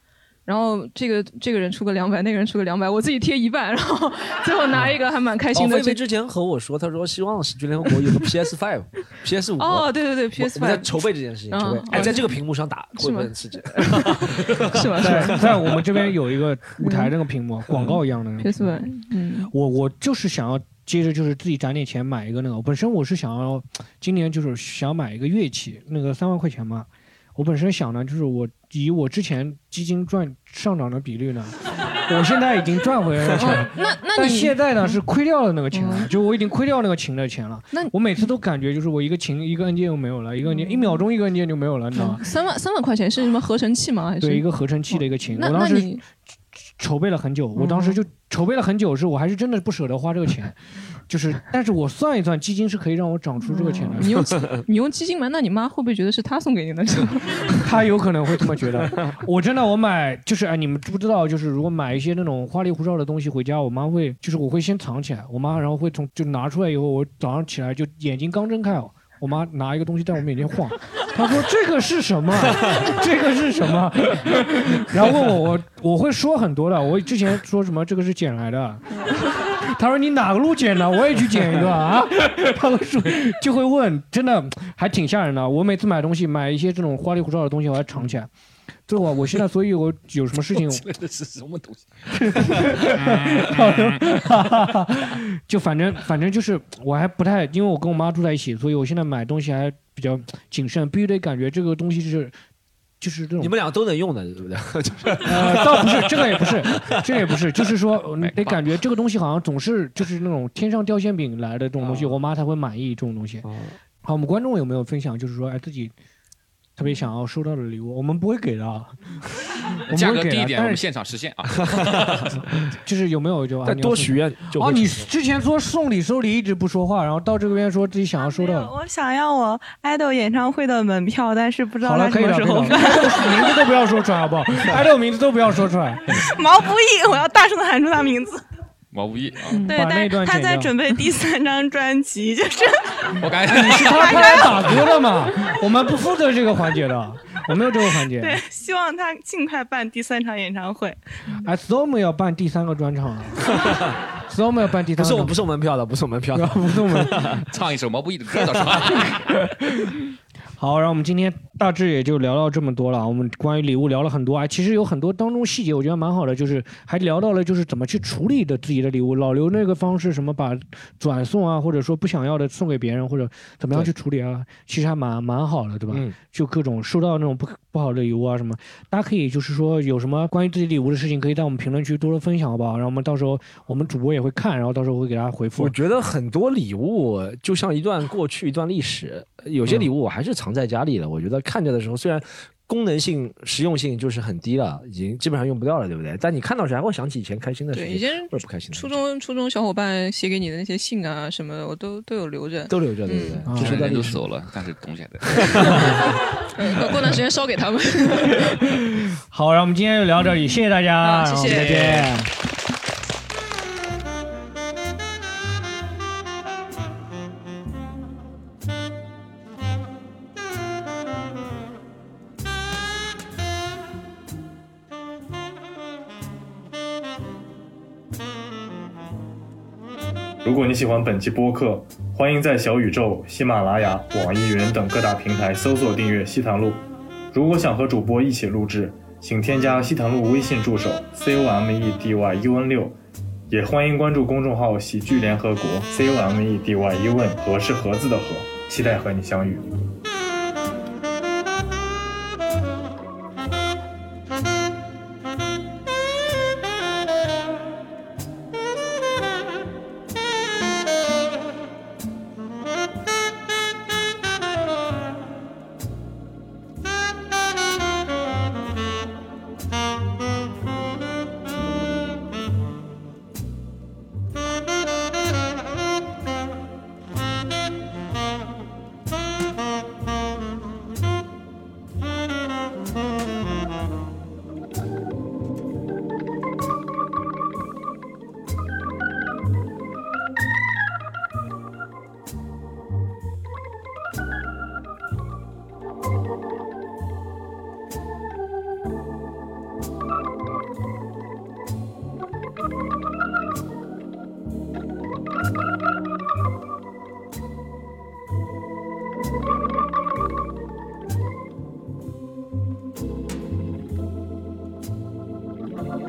C: 然后这个这个人出个两百，那个人出个两百，我自己贴一半，然后 *laughs* 最后拿一个，还蛮开心的。
A: 哦菲
C: 这
A: 菲之前和我说，他说希望喜剧联合国有个 PS
C: *laughs*
A: Five、PS 五。
C: 哦对对对
A: 我
C: PS5
A: 我们在筹备这件事情，
C: 嗯
A: 筹备
C: 嗯。
A: 哎，在这个屏幕上打会不会很刺激？
C: 是
D: *laughs*
C: 吧？是
D: 在
C: 吧？
D: 在我们这边有一个舞台那个屏幕，广告一样的那种。
C: PS 版，嗯，
D: 我我就是想要接着就是自己攒点钱买一个那个，我本身我是想要今年就是想买一个乐器，那个三万块钱嘛。我本身想呢，就是我以我之前基金赚上涨的比率呢，我现在已经赚回来了钱了。
C: *laughs* 那那
D: 但
C: 你嗯
D: 现在呢是亏掉了那个钱了，就我已经亏掉那个琴的钱了。
C: 那
D: 我每次都感觉就是我一个琴一个按键就没有了，一个按键一秒钟一个按键就没有了，你知道吗？
C: 三万三万块钱是什么合成器吗？还是
D: 哦对，一个合成器的一个琴，
C: 那
D: 我当
C: 那
D: 时 *laughs*
C: 你
D: 筹备了很久，我当时就筹备了很久，是我还是真的不舍得花这个钱，就是，但是我算一算，基金是可以让我长出这个钱的。
C: 你用你用基金买，那你妈会不会觉得是她送给你的？ *laughs*
D: 他有可能会这么觉得。我真的，我买就是哎，你们知不知道？就是如果买一些那种花里胡哨的东西回家，我妈会就是我会先藏起来，我妈然后会从就拿出来以后，我早上起来就眼睛刚睁开哦。我妈拿一个东西在我面前晃，她说：“这个是什么？这个是什么？” *laughs* 然后问我，我我会说很多的。我之前说什么这个是捡来的，她说你哪个路捡的？我也去捡一个啊。 *laughs* 她会说就会问，真的还挺吓人的。我每次买东西买一些这种花里胡哨的东西，我还藏起来。对啊我我现在所以我 *laughs* 有什么事情
B: *laughs* 这是什么东西？
D: 嗯 *laughs* 就反正反正就是我还不太，因为我跟我妈住在一起，所以我现在买东西还比较谨慎，必须得感觉这个东西是就是这种
A: 你们俩都能用的，对
C: *laughs*
A: 不对？就是
B: *laughs*
D: 呃，倒不是，这个也不是，这个也不是，就是说呃你得感觉这个东西好像总是就是那种天上掉馅饼来的这种东
B: 啊
D: 西，我妈才会满意这种东西。好，我们观众有没有分享，就是说哎自己特别想要收到的礼物？我们不会给的
B: *laughs*
D: 啊，我
B: 价
D: 们
B: 格
D: 会给
B: 低一
D: 的，
B: 点，我
D: 但
B: 们
D: 是
B: 现场实现啊！ *laughs*
D: 就是有没有就啊
A: 但多许愿就会
D: 哦，你
A: 成
D: 之前说送礼收礼一直不说话，然后到这边说自己想要收到的。
O: 我想要我爱豆演唱会的门票，但是不知道
D: 好了，
O: 他
D: 可
O: 什
D: 以
O: 么
D: 了，可
O: 时
D: 以了，
O: 候
D: *laughs* 爱豆
A: *laughs*
D: 名字都不要说出来，好不好？爱豆名字都不要说出来。
O: 毛不易，我要大声的喊出他名字。
B: 毛不易啊，
A: 嗯
D: 嗯
O: 对，但是他在准
D: 备。
O: 备第三张专辑，就是
B: *laughs* 我感觉
D: 哎你是他他来打歌的嘛？我们不负责这个环节的，我没有这个环节。
O: 对，希望他尽快办第三场演唱会。
D: 哎，Storm 要办第三个专场了，Storm 要办第
A: 不
D: 三个专场。啊
A: 是我不送门票的，不送门票的，
D: 不送 *laughs*
A: *laughs*
D: 门。
B: 唱一首毛不易的歌，到时候
D: 好，然后我们今天大致也就聊到这么多了。我们关于礼物聊了很多啊，其实有很多当中细节，我觉得蛮好的，就是还聊到了就是怎么去处理的自己的礼物，老刘那个方式，什么把转送啊，或者说不想要的送给别人，或者怎么样去处理啊，其实还蛮蛮好的，对吧？
A: 嗯
D: 就各种收到那种不不好的礼物啊什么，大家可以就是说有什么关于自己礼物的事情，可以在我们评论区多多分享，好不好？然后我们到时候我们主播也会看，然后到时候会给大家回复。
A: 我觉得很多礼物就像一段过去一段历史，有些礼物我还是藏在家里的。我觉得看着的时候，虽然功能性、实用性就是很低了，已经基本上用不掉了，对不对？但你看到时还会想起以前开心的事
C: 对，以
A: 情，
C: 前
A: 或者不开心的事
C: 初中初中小伙伴写给你的那些信啊什么的，我都都有留着，
A: 都留着，对不
D: 啊
A: 对？
B: 嗯
A: 这是一
B: 人家
A: 段
B: 都
A: 历史。
B: 走了，但是东西还在。
C: 嗯过过段时间烧给他们。
D: 好，然后我们今天就聊到这里，谢谢大家，
C: 好谢谢
D: 然后我们再见。
P: 如果你喜欢本期播客，欢迎在小宇宙、喜马拉雅、网易云等各大平台搜索订阅《西塘路》。如果想和主播一起录制，请添加西塘路微信助手 c o m e d y u n 六，也欢迎关注公众号“喜剧联合国 ”c o m e d y u n 和是盒子的和，期待和你相遇。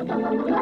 L: Thank you.